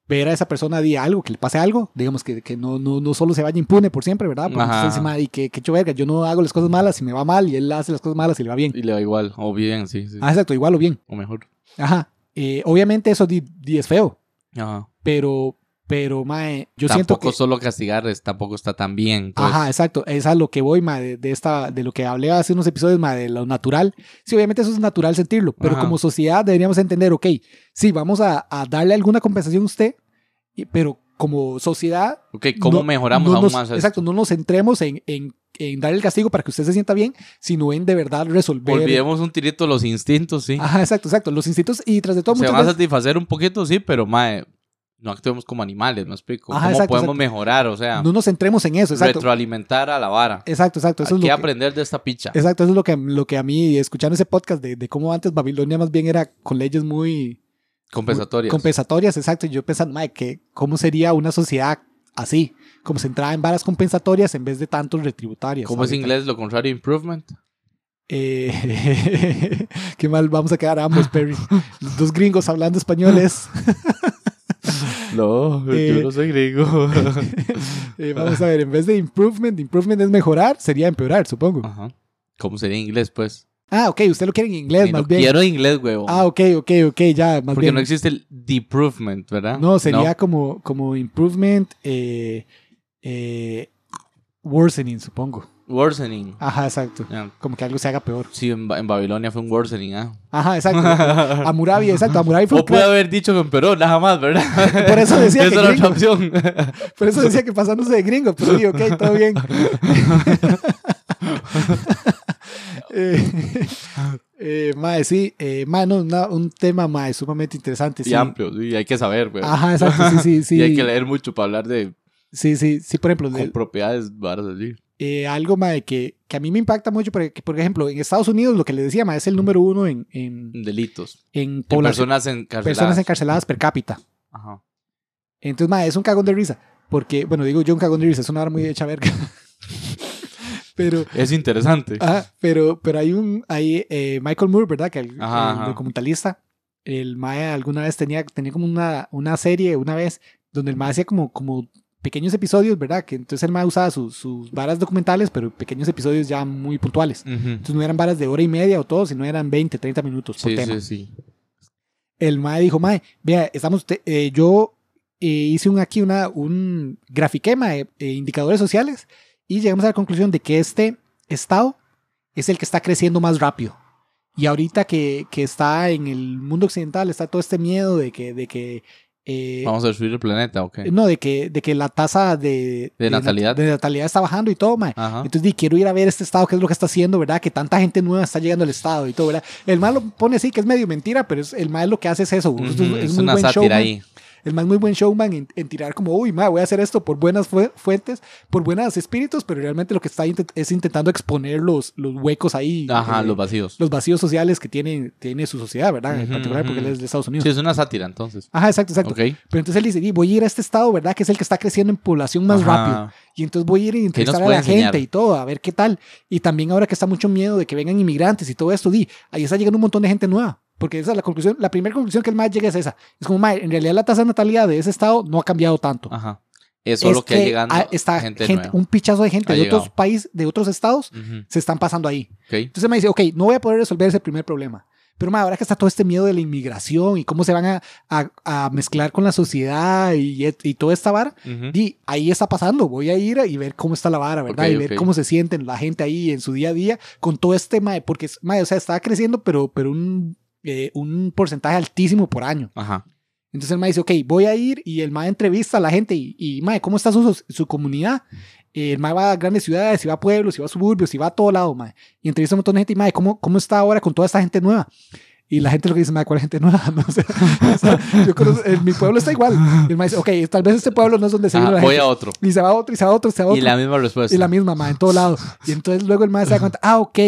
ver a esa persona, di algo, que le pase algo, digamos, que, que no, no, no solo se vaya impune por siempre, ¿verdad? Porque Ajá. usted dice, ma, y que, que hecho verga, yo no hago las cosas malas y me va mal, y él hace las cosas malas y le va bien. Y le da igual, o bien, sí, sí. Ah, exacto, igual o bien. O mejor. Ajá. Eh, obviamente eso di, di es feo, Ajá. pero, pero, ma, eh, yo siento tampoco que... solo castigar es- tampoco está tan bien. pues. Ajá, exacto. Es a lo que voy, ma, de, de esta, de lo que hablé hace unos episodios, ma, de lo natural. Sí, obviamente eso es natural sentirlo, pero Ajá. como sociedad deberíamos entender, ok, sí, vamos a, a darle alguna compensación a usted, y- pero como sociedad... Ok, ¿cómo no- mejoramos no aún nos- más? esto? Exacto, no nos centremos en, en, en dar el castigo para que usted se sienta bien, sino en de verdad resolver... Olvidemos un tirito los instintos, sí. Ajá, exacto, exacto. Los instintos y tras de todo Se muchas van a veces- satisfacer un poquito, sí, pero mae, no actuemos como animales, me explico. Ajá, ¿Cómo exacto, podemos exacto. mejorar? O sea, no nos centremos en eso, exacto. retroalimentar a la vara. Exacto, exacto. Eso Hay es que lo que- aprender de esta picha. Exacto, eso es lo que, lo que a mí, escuchando ese podcast de, de cómo antes Babilonia más bien era con leyes muy Compensatorias. compensatorias, exacto. Y yo pensando, "Mae, que ¿cómo sería una sociedad así? Como centrada en varas compensatorias en vez de tantos retributarias. ¿Cómo es ahorita. inglés? Lo contrario, improvement. Eh, qué mal vamos a quedar ambos, Perry. Los Dos gringos hablando españoles. No, Eh, soy griego. Eh, Ah. vamos a ver, en vez de improvement, improvement es mejorar, sería empeorar, supongo. Ajá. ¿Cómo sería inglés, pues? Ah, ok, usted lo quiere en inglés, Ni más lo bien. quiero inglés, huevo. Ah, ok, ok, ok, ya, más Porque bien. no existe el deprovement, ¿verdad? No, sería como, como improvement, eh, eh, worsening, supongo. Worsening. Ajá, exacto. Ya. Como que algo se haga peor. Sí, en, Ba- en Babilonia fue un worsening, ¿ah? Ajá, exacto. Amurabi, exacto. Amurabi fue O un puede crack. haber dicho que empeoró, nada más, ¿verdad? Por eso decía que Esa era gringo. otra opción. Por eso decía que pasándose de gringo. Pues sí, ok, todo bien. eh, eh, mae, sí. Eh, mae, no, una- un tema, mae, sumamente interesante. Y sí. amplio, sí, hay que saber, güey. Ajá, exacto. Sí, sí, sí. Y hay que leer mucho para hablar de Sí, sí, sí. Por ejemplo, con de- propiedades varas así. eh, algo mae, que, que a mí me impacta mucho, porque, por ejemplo, en Estados Unidos lo que le decía mae, es el número uno en, en, Delitos. en En población, personas encarceladas. personas encarceladas per cápita. Ajá. Entonces, mae, es un cagón de risa, porque, bueno, digo yo un cagón de risa, es una hora muy hecha verga. pero, Es interesante. ajá, pero, pero hay un, hay eh, Michael Moore, ¿verdad? Que el, Ajá, el ajá. documentalista, el mae alguna vez tenía, tenía como una, una serie, una vez, donde el mae hacía como, como pequeños episodios, ¿verdad? Que entonces el mae usaba sus, sus varas documentales, pero pequeños episodios ya muy puntuales. Ujú. Entonces no eran varas de hora y media o todo, sino eran 20, 30 minutos por Sí, tema. sí, sí. El mae dijo, mae, vea, estamos, te- eh, yo eh, hice un, aquí una, un grafiquema de indicadores sociales y llegamos a la conclusión de que este estado es el que está creciendo más rápido. Y ahorita que, que está en el mundo occidental, está todo este miedo de que, de que, eh, Vamos a destruir el planeta, Ah, ok. no, de que, de que la tasa de, De natalidad. de natalidad está bajando y todo, mae. Ajá. Entonces, di, quiero ir a ver este estado, qué es lo que está haciendo, ¿verdad? Que tanta gente nueva está llegando al estado y todo, ¿verdad? El mal lo pone así, que es medio mentira, pero es- el mal lo que hace es eso. Ujú, Es, un- es es un muy una buen sátira showman. ahí. El man muy buen showman en, en tirar como, uy, ma, voy a hacer esto por buenas fu- fuentes, por buenos espíritus, pero realmente lo que está intent- es intentando exponer los, los huecos ahí. Ajá, eh, los vacíos. los vacíos sociales que tiene, tiene su sociedad, ¿verdad? En Ujú, particular porque ujú. él es de Estados Unidos. Sí, es una sátira, entonces. Ajá, exacto, exacto. Ok. Pero entonces él dice, "Di, voy a ir a este estado, ¿verdad? Que es el que está creciendo en población más Ajá. rápido. Y entonces voy a ir a entrevistar a puede la enseñar? gente y todo, a ver qué tal. Y también ahora que está mucho miedo de que vengan inmigrantes y todo esto, di, ahí está llegando un montón de gente nueva. Porque esa es la conclusión, la primera conclusión que el más llega es esa. Es como, mae, en realidad la tasa de natalidad de ese estado no ha cambiado tanto. Ajá. Es Ah, solo Es que, llegando ah, está gente, gente- nueva. un pichazo de gente Ha de otros llegado. países, de otros estados, Ujú, se están pasando ahí. ok. Entonces me dice, ok, no voy a poder resolver ese primer problema. Pero ma, ahora que está todo este miedo de la inmigración y cómo se van a, a- a mezclar con la sociedad y, et- y toda esta vara, Ujú. di, ahí está pasando. Voy a ir y ver cómo está la vara, ¿verdad? Ok, y ver ok. cómo se sienten la gente ahí en su día a día con todo este tema, porque, ma, o sea, estaba creciendo, pero, pero un, eh, un porcentaje altísimo por año. Ajá. Entonces el ma dice, ok, voy a ir y el ma entrevista a la gente y, y ma, ¿cómo está su, su comunidad? Eh, El ma va a grandes ciudades, si va a pueblos, si va a suburbios, si va a todo lado, ma. Y entrevista a un montón de gente y ma, ¿cómo, ¿cómo está ahora con toda esta gente nueva? Y la gente lo que dice, ma, ¿cuál gente nueva? No, o sea, o sea, yo conozco- en mi pueblo está igual. Y el ma dice, ok, tal vez este pueblo no es donde se Ajá, vino la voy gente. a otro. Y se va a otro, y se va a otro, y se va a otro. Y la misma respuesta. Y la misma, ma, en todo lado. Y entonces luego el ma se da cuenta, ah, ok,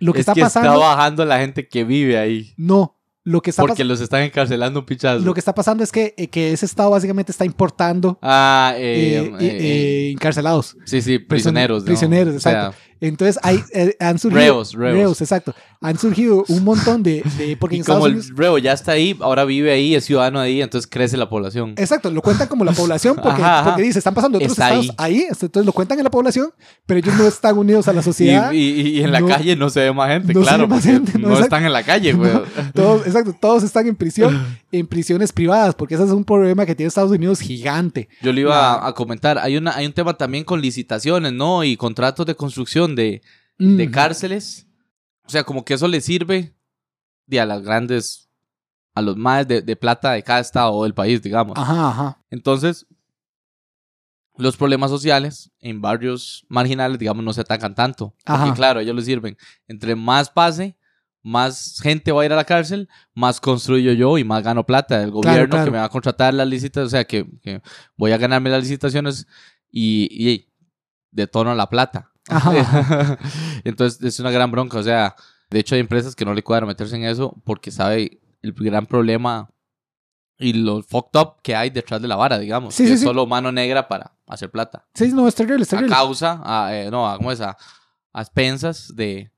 lo que es está que pasando... está bajando la gente que vive ahí. No, lo que está Porque pasando... los están encarcelando un pichazo. Lo que está pasando es que, eh, que ese estado básicamente está importando Ah, eh, eh, eh, eh, eh, encarcelados. sí, sí, prisioneros. ¿no? prisioneros, O sea, Entonces hay, eh, han surgido... Reos, reos. exacto. Han surgido un montón de... de- porque y en Estados como Unidos- el reo ya está ahí, ahora vive ahí, es ciudadano ahí, entonces crece la población. Exacto, lo cuentan como la población porque, Ajá, ajá. porque dice, están pasando otros Está estados ahí. entonces lo cuentan en la población, pero ellos no están unidos a la Y, sociedad. y- y en la no- calle no se ve más gente, no se claro. ve más porque gente, no, no exacto. están en la calle, güey. Todos, exacto, todos están en prisión, en prisiones privadas, porque ese es un problema que tiene Estados Unidos gigante. Yo le iba La- a- a comentar, hay, una, hay un tema también con licitaciones, ¿no? Y contratos de construcción de, de Mm. cárceles. O sea, como que eso le sirve de a las grandes, a los más de, de plata de cada estado o del país, digamos. Ajá, ajá. Entonces, los problemas sociales en barrios marginales, digamos, no se atacan tanto. Ajá. Porque claro, a ellos les sirven. Entre más pase, más gente va a ir a la cárcel, más construyo yo y más gano plata del gobierno claro. que me va a contratar las licitaciones. O sea, que, que voy a ganarme las licitaciones y, y detono la plata. Ajá. Entonces, es una gran bronca. O sea, de hecho, hay empresas que no le cuadra meterse en eso porque sabe el gran problema y los fucked up que hay detrás de la vara, digamos. Sí, que sí, es sí. solo mano negra para hacer plata. Sí, no, es terrible, es terrible. A causa, a, eh, no, a, ¿cómo es? A, a expensas de,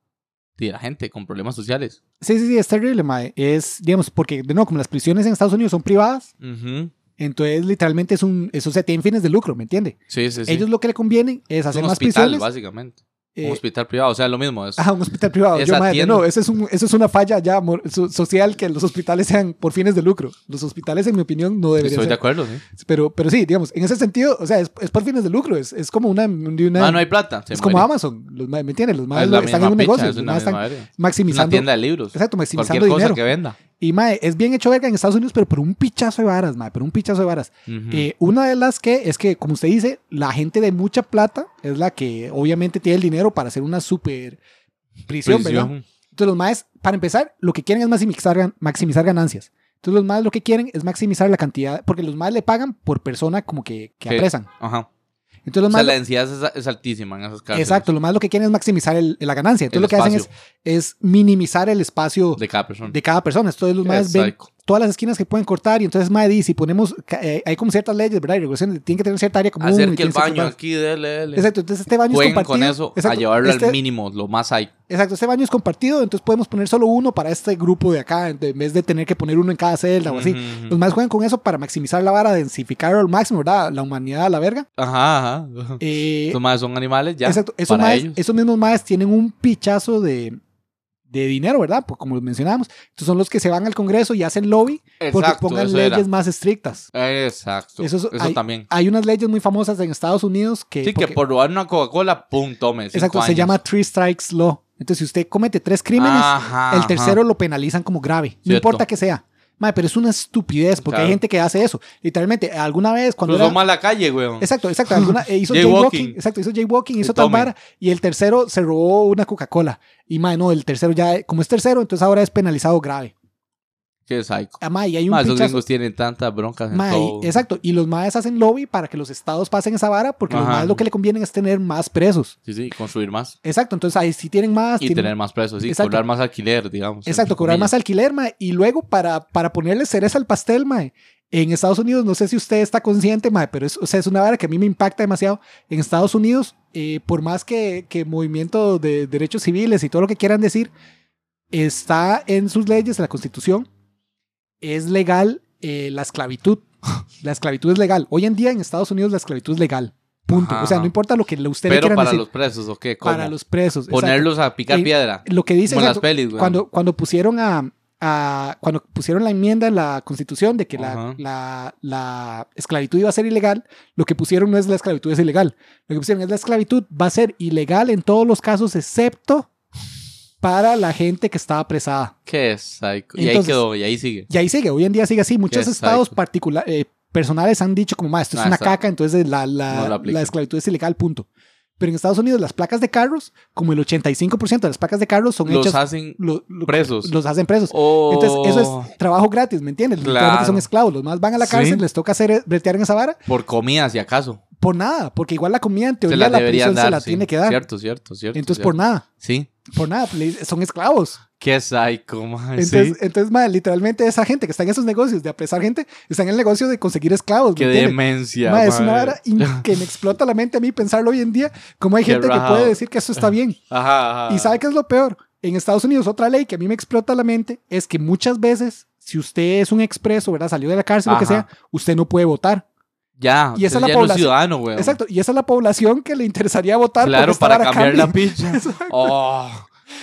de la gente con problemas sociales. Sí, sí, sí, es terrible, mae. Es, digamos, porque, de nuevo, como las prisiones en Estados Unidos son privadas, Ujú. entonces literalmente es un, eso se tiene fines de lucro, ¿me entiende? Sí, sí, sí. Ellos lo que le conviene es es hacer un más hospital, prisiones. básicamente. eh, un hospital privado, o sea, lo mismo. Es, Ajá, un hospital privado. Esa Yo, madre, tienda. no, eso es, un, eso es una falla ya mor- so- social que los hospitales sean por fines de lucro. Los hospitales, en mi opinión, no deberían estoy de ser. acuerdo, sí. Pero, pero sí, digamos, en ese sentido, o sea, es, es por fines de lucro. Es, es como una. de una- Ah, no hay plata. se es como muere. Amazon. Los, ma- ¿Me entiendes? Los Ah, más es la están misma en un picha, negocio. es los una más misma están verga. maximizando. Una tienda de libros. Exacto, Cualquier maximizando cosa dinero. que venda. Y mae, es bien hecho verga en Estados Unidos, pero por un pichazo de varas, mae, por un pichazo de varas. Ujú. Eh, una de las que es que, como usted dice, la gente de mucha plata es la que obviamente tiene el dinero para hacer una super prisión, ¿verdad? Prisión. Entonces los maes, para empezar, lo que quieren es maximizar, gan- maximizar ganancias. Entonces los maes lo que quieren es maximizar la cantidad, porque los maes le pagan por persona como que, que Sí. apresan. Ajá. Entonces O los sea, maes... la densidad es, es altísima en esas cárceles. Exacto, lo más lo que quieren es maximizar el- la ganancia. Entonces El lo que hacen espacio. es, es minimizar el espacio De cada persona. de cada persona. Entonces los maes ven Exacto. todas las esquinas que pueden cortar y entonces mae dice, si ponemos, ca- eh, hay como ciertas leyes, ¿verdad? Y regulaciones, tienen que tener cierta área común. y Hacer que el tienen ciertos baño baños. aquí, dele, dele. Exacto, entonces este baño es Jueguen compartido. con eso a Exacto, llevarlo este- al mínimo, lo más hay. Exacto, este baño es compartido, entonces podemos poner solo uno para este grupo de acá, en vez de tener que poner uno en cada celda o así. Ujú, ujú. Los más juegan con eso para maximizar la vara, densificar al máximo, ¿verdad? La humanidad a la verga. Ajá, ajá. Eh, Estos madres Pues, son animales ya. exacto, esos, para maes- ellos. esos mismos maes tienen un pichazo de, de dinero, ¿verdad? Pues como mencionábamos, entonces son los que se van al Congreso y hacen lobby porque Exacto, pongan eso leyes era. más estrictas. Exacto. Eso Eso, es- hay- también. Hay unas leyes muy famosas en Estados Unidos que... sí, porque- que por robar una Coca-Cola, pum, tome. cinco exacto, se años. Ah, llama Three Strikes Law. Entonces, si usted comete tres crímenes, Ajá, El ajá. tercero lo penalizan como grave. No Cierto. importa que sea. Mae, pero es una estupidez porque hay Claro. gente que hace eso. Literalmente, alguna vez cuando Cruzó era- más la calle, weón. Exacto, exacto. Alguna, eh, hizo Jaywalking. jaywalking. Exacto, hizo jaywalking, hizo tal Tomen. vara. Y el tercero se robó una Coca-Cola. Y mae, no, el tercero ya, como es tercero, entonces ahora es penalizado grave. Qué psycho. Ah, mae, y hay un Ma, esos pichazo. gringos tienen tantas broncas en Mae, todo. exacto. Y los maes hacen lobby para que los estados pasen esa vara porque los Ajá. maes lo que le conviene es tener más presos. Sí, sí, construir más. Exacto. Entonces ahí sí tienen más. Y tienen- tener más presos, sí, Exacto. cobrar más alquiler, digamos. Exacto, entre cobrar más comillas. alquiler, mae. Y luego, para, para ponerle cereza al pastel, mae. En Estados Unidos, no sé si usted está consciente, mae, pero es, o sea, es una vara que a mí me impacta demasiado. En Estados Unidos, eh, por más que, que movimiento de derechos civiles y todo lo que quieran decir, está en sus leyes, en la constitución, es legal eh, la esclavitud. La esclavitud es legal. Hoy en día en Estados Unidos la esclavitud es legal. Punto. Ajá. O sea, no importa lo que le- usted le Pero quiera para decir. los presos, ¿o qué? ¿Cómo? para los presos. exacto. Ponerlos a picar Y- piedra. Lo que dice Como en las exacto, pelis, güey. cuando, cuando pusieron a, a- cuando pusieron la enmienda en la constitución de que la, Ajá. la- la esclavitud iba a ser ilegal, lo que pusieron no es la esclavitud es ilegal. Lo que pusieron es la esclavitud va a ser ilegal en todos los casos, excepto para la gente que estaba apresada. ¿Qué es psycho? Y ahí Entonces- quedó, y ahí sigue. Y ahí sigue, hoy en día sigue así. Muchos Qué estados psycho. particular, eh, personales han dicho como, "Ma, esto es Ah, una exacto. caca, entonces la, la- No lo aplica. la esclavitud es ilegal, punto. Pero en Estados Unidos las placas de carros, como el 85% de las placas de carros son Los hechas... hacen lo- lo- presos. Oh, los hacen presos. O- Entonces, eso es trabajo gratis, ¿me entiendes? Claro. Literalmente son esclavos. Los más van a la Sí. cárcel, les toca hacer bretear en esa vara Por comida, si acaso. por nada, porque igual la comida en Se teoría la la deberían prisión dar. se la sí. tiene que dar. Cierto, cierto, cierto. Entonces, por nada, Sí. por nada, le- son esclavos. Qué psycho, man. Entonces, sí. entonces madre, literalmente esa gente que está en esos negocios de apresar gente, está en el negocio de conseguir esclavos. ¿me Qué entiendes? demencia. Madre, es una madre. vara in- que me explota la mente a mí pensarlo hoy en día, cómo hay Qué gente que rajado. puede decir que eso está bien. Ajá, ajá. ¿Y sabe qué es lo peor? En Estados Unidos, otra ley que a mí me explota la mente es que muchas veces, si usted es un expreso, ¿verdad? Salió de la cárcel, lo que sea, Ajá. usted no puede votar. Ya. y usted esa ya es la no es población- ciudadano, güey. Exacto. Y esa es la población que le interesaría votar. por Claro, esta para vara cambiar cambia. la pizza. Oh,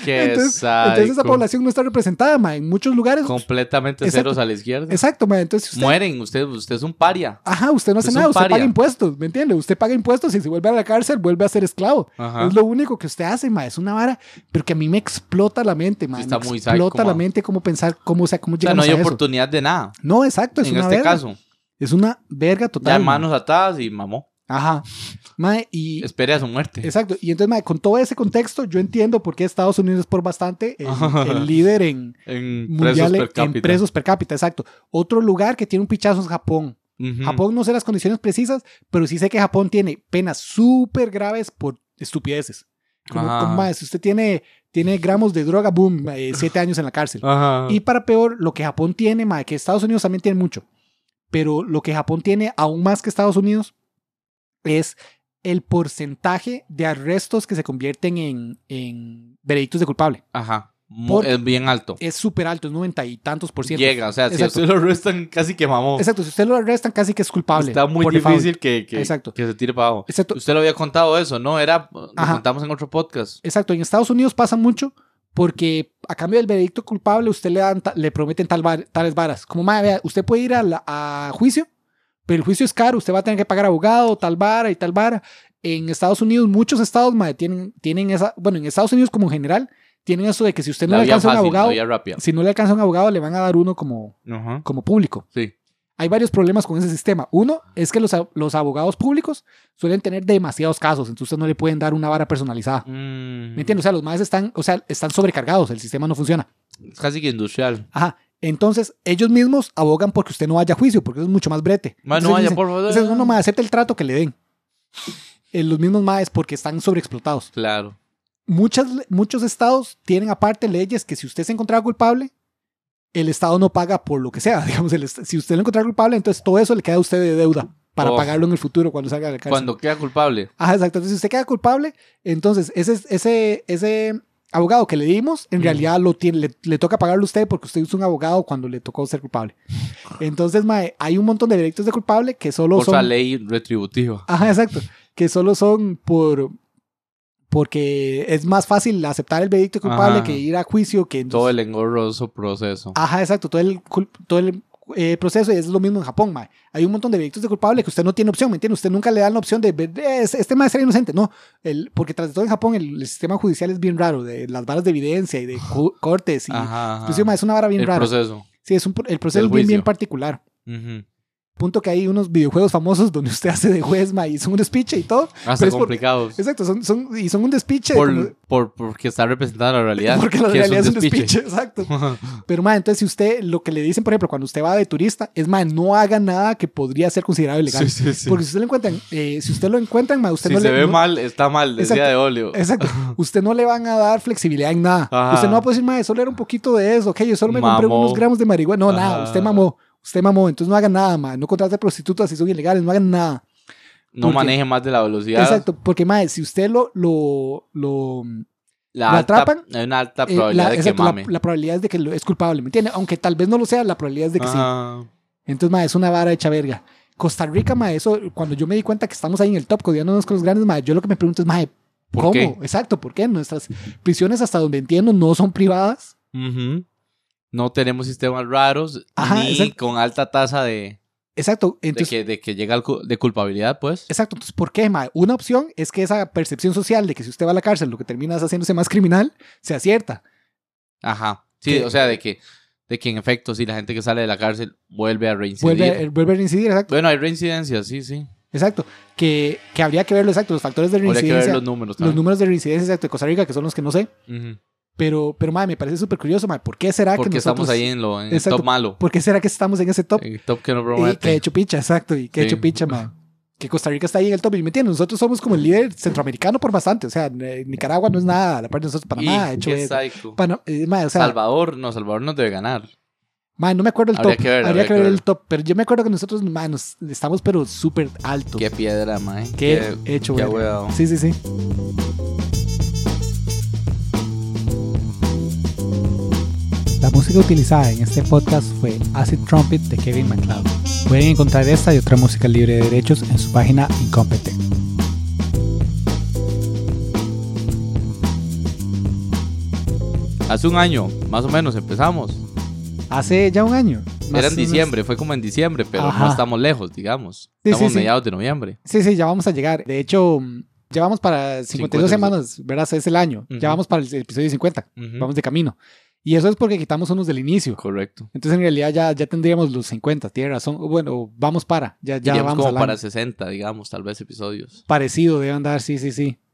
qué Entonces, psycho. entonces esa población no está representada, ma, en muchos lugares. Completamente Exacto. ceros a la izquierda. Exacto, ma, entonces usted... Mueren, usted, usted es un paria. Ajá, usted no hace Es nada, un usted paga paria. impuestos, ¿me entiende? Usted paga impuestos y si vuelve a la cárcel, vuelve a ser esclavo. Ajá. Es lo único que usted hace, ma, es una vara, pero que a mí me explota la mente, ma. Está me muy explota psycho, la ma. mente cómo pensar, cómo, o sea, cómo O sea, llegamos no hay a eso. oportunidad de nada. No, exacto, es en una este verga. caso. Es una verga total. Ya ma. manos atadas y mamó. Ajá. Mae, y Espere a su muerte. exacto. Y entonces, mae, con todo ese contexto, yo entiendo por qué Estados Unidos es por bastante el, Ajá. el líder en En presos mundiales per cápita. en presos per cápita, exacto. Otro lugar que tiene un pichazo es Japón. Ujú. Japón no sé las condiciones precisas, pero sí sé que Japón tiene penas súper graves por estupideces. Como, Ajá. como, mae, si usted tiene, tiene gramos de droga, boom, eh, siete años en la cárcel. Ajá. Y para peor, lo que Japón tiene, mae, que Estados Unidos también tiene mucho, pero lo que Japón tiene aún más que Estados Unidos es el porcentaje de arrestos que se convierten en, en veredictos de culpable. Ajá. Mu- Porque- Es bien alto. Es súper alto, es noventa y tantos por ciento. Llega, o sea, si a Exacto. usted lo arrestan, casi que mamó. Exacto, si usted lo arrestan casi que es culpable. Está muy por default. difícil que, que, Exacto. que se tire para abajo. Exacto, Usted lo había contado eso, ¿no? Era, lo Ajá. contamos en otro podcast. exacto, en Estados Unidos pasa mucho porque a cambio del veredicto culpable usted le, dan ta- le prometen tal var- tales varas. Como, madre, vea, usted puede ir a, la- a juicio, pero el juicio es caro, usted va a tener que pagar abogado, tal vara y tal vara. En Estados Unidos, muchos estados, madre, tienen, tienen esa, bueno, en Estados Unidos como en general, tienen eso de que si usted no La le vía alcanza fácil, un abogado, la vía rápida. si no le alcanza un abogado, le van a dar uno como, Ajá. como público. Sí. hay varios problemas con ese sistema. Uno es que los, a- los abogados públicos suelen tener demasiados casos, entonces no le pueden dar una vara personalizada. Mm. ¿Me entiendes? O sea, los más están, o sea, están sobrecargados, el sistema no funciona. Es casi que industrial. Ajá. Entonces, ellos mismos abogan porque usted no vaya a juicio, porque eso es mucho más brete. Más no Entonces, vaya, dicen, por favor. entonces, no, no, más acepta el trato que le den. Eh, los mismos maes porque están sobreexplotados. Claro. Muchas, muchos estados tienen aparte leyes que si usted se encontraba culpable, el estado no paga por lo que sea. Digamos, el est- si usted lo encontraba culpable, entonces todo eso le queda a usted de deuda para Oh. pagarlo en el futuro cuando salga de la cárcel. Cuando queda culpable. Ajá, exacto. Entonces, si usted queda culpable, entonces ese, ese, ese abogado que le dimos, en Mm. realidad lo tiene, le, le toca pagarlo a usted porque usted es un abogado cuando le tocó ser culpable. Entonces, mae, hay un montón de directos de culpable que solo Por son. la ley retributiva. Ajá, exacto. Que solo son por. Porque es más fácil aceptar el veredicto culpable Ajá. que ir a juicio. que Todo el engorroso proceso. Ajá, exacto. Todo el, cul- todo el eh, proceso y es lo mismo en Japón, mae. Hay un montón de veredictos de culpable que usted no tiene opción, ¿me entiende? Usted nunca le dan la opción de ver, "Eh, es- este maestro era inocente. No, el, porque tras de todo en Japón el, el sistema judicial es bien raro, de las varas de evidencia y de cu- cortes y... Ajá. ajá. Pues sí, mae, es una vara bien el rara. proceso. Sí, es un, pro- el proceso Del es bien, bien juicio. particular. Ujú. Punto que hay unos videojuegos famosos donde usted hace de juez, ma, y son un despiche y todo. Hasta Pero es por- complicados. Exacto, son, son, y son un despiche. de como- Por, por, porque está representada la realidad. porque la que realidad es un despiche, exacto. Pero, ma, entonces, si usted, lo que le dicen, por ejemplo, cuando usted va de turista, es, ma, no haga nada que podría ser considerado ilegal. Sí, sí, sí. Porque si usted lo encuentran, eh, si usted lo encuentran, ma, usted si no se le... ve no- mal, está mal, decía Exacto. de óleo. Exacto. Usted no le van a dar flexibilidad en nada. Ajá. Usted no va a poder decir, mae, solo era un poquito de eso, ok, yo solo me compré Mamó. unos gramos de marihuana. No, nada, Ajá. usted mamó. Usted mamó, entonces no haga nada, mae. No contrate prostitutas si son ilegales, no hagan nada. No porque- maneje más de la velocidad. Exacto, porque mae, si usted lo, lo, lo La ¿Lo alta- atrapan? Hay una alta eh, probabilidad la, de que exacto, la- mame. la probabilidad es de que lo- es culpable, ¿me entiende? Aunque tal vez no lo sea, la probabilidad es de que sí. Ajá. Entonces, ma, es una vara hecha verga. Costa Rica, ma, eso, cuando yo me di cuenta que estamos ahí en el top, codiándonos con los grandes, ma, yo lo que me pregunto es, ma, ¿Por ¿cómo? qué? Exacto, ¿por qué? Nuestras prisiones, hasta donde entiendo, no son privadas. Ujú. No tenemos sistemas raros Ajá, ni exacto. con alta tasa de, Exacto, de, entonces, que, de que llega al cu- de culpabilidad, pues. exacto, entonces, ¿por qué, ma? Una opción es que esa percepción social de que si usted va a la cárcel, lo que termina es haciéndose más criminal, se acierta. Ajá. Sí, Que- o sea, de que, de que en efecto, si la gente que sale de la cárcel vuelve a reincidir. Vuelve, eh, vuelve a reincidir, exacto, Bueno, hay reincidencias, sí, sí. exacto. Que, que habría que verlo, exacto, los factores de Habría que Ah. reincidencia, ver los los, números también. números de reincidencia, exacto, de Costa Rica, que son los que no sé. Ujú. Pero, pero ma, me parece súper curioso, ma, ¿por qué será Porque Ah, que nosotros... estamos ahí en, lo, en el Exacto. top malo. ¿Por qué será que estamos en ese top? En el top que no Y que promete. hecho picha, exacto. Y que Sí. hecho picha, ma. Que Costa Rica está ahí en el top. Y me entiendes, nosotros somos como el líder centroamericano por bastante. O sea, eh, Nicaragua no es nada, a la parte de nosotros, Y Panamá, hecho. qué es- psycho. Pana- eh, ma, o sea, Salvador, no, Salvador nos debe ganar. ma, no me acuerdo el top. Habría que ver, habría, habría que ver que el ver. top. Pero yo me acuerdo que nosotros, ma, nos- estamos pero súper alto. Qué piedra, mae. Qué hecho, qué verga. huevado. Sí, sí, sí. La música utilizada en este podcast fue Acid Trumpet de Kevin MacLeod. Pueden encontrar esta y otra música libre de derechos en su página Incompetech. Hace un año, más o menos, empezamos. Hace ya un año. más Era en o menos. diciembre, fue como en diciembre, pero Ajá. no estamos lejos, digamos. Sí, estamos sí, sí. mediados de noviembre. Sí, sí, ya vamos a llegar. De hecho, mm, ya vamos para 52. 52 semanas, ¿verdad? Es el año. Ujú. Ya vamos para el episodio 50. Ujú. Vamos de camino. Y eso es porque quitamos unos del inicio. Correcto. Entonces, en realidad, ya, ya tendríamos los 50, tiene razón. O Bueno, vamos para, ya, ya Iríamos vamos como al año. para 60, digamos, tal vez episodios. Parecido debe andar, sí, sí, sí.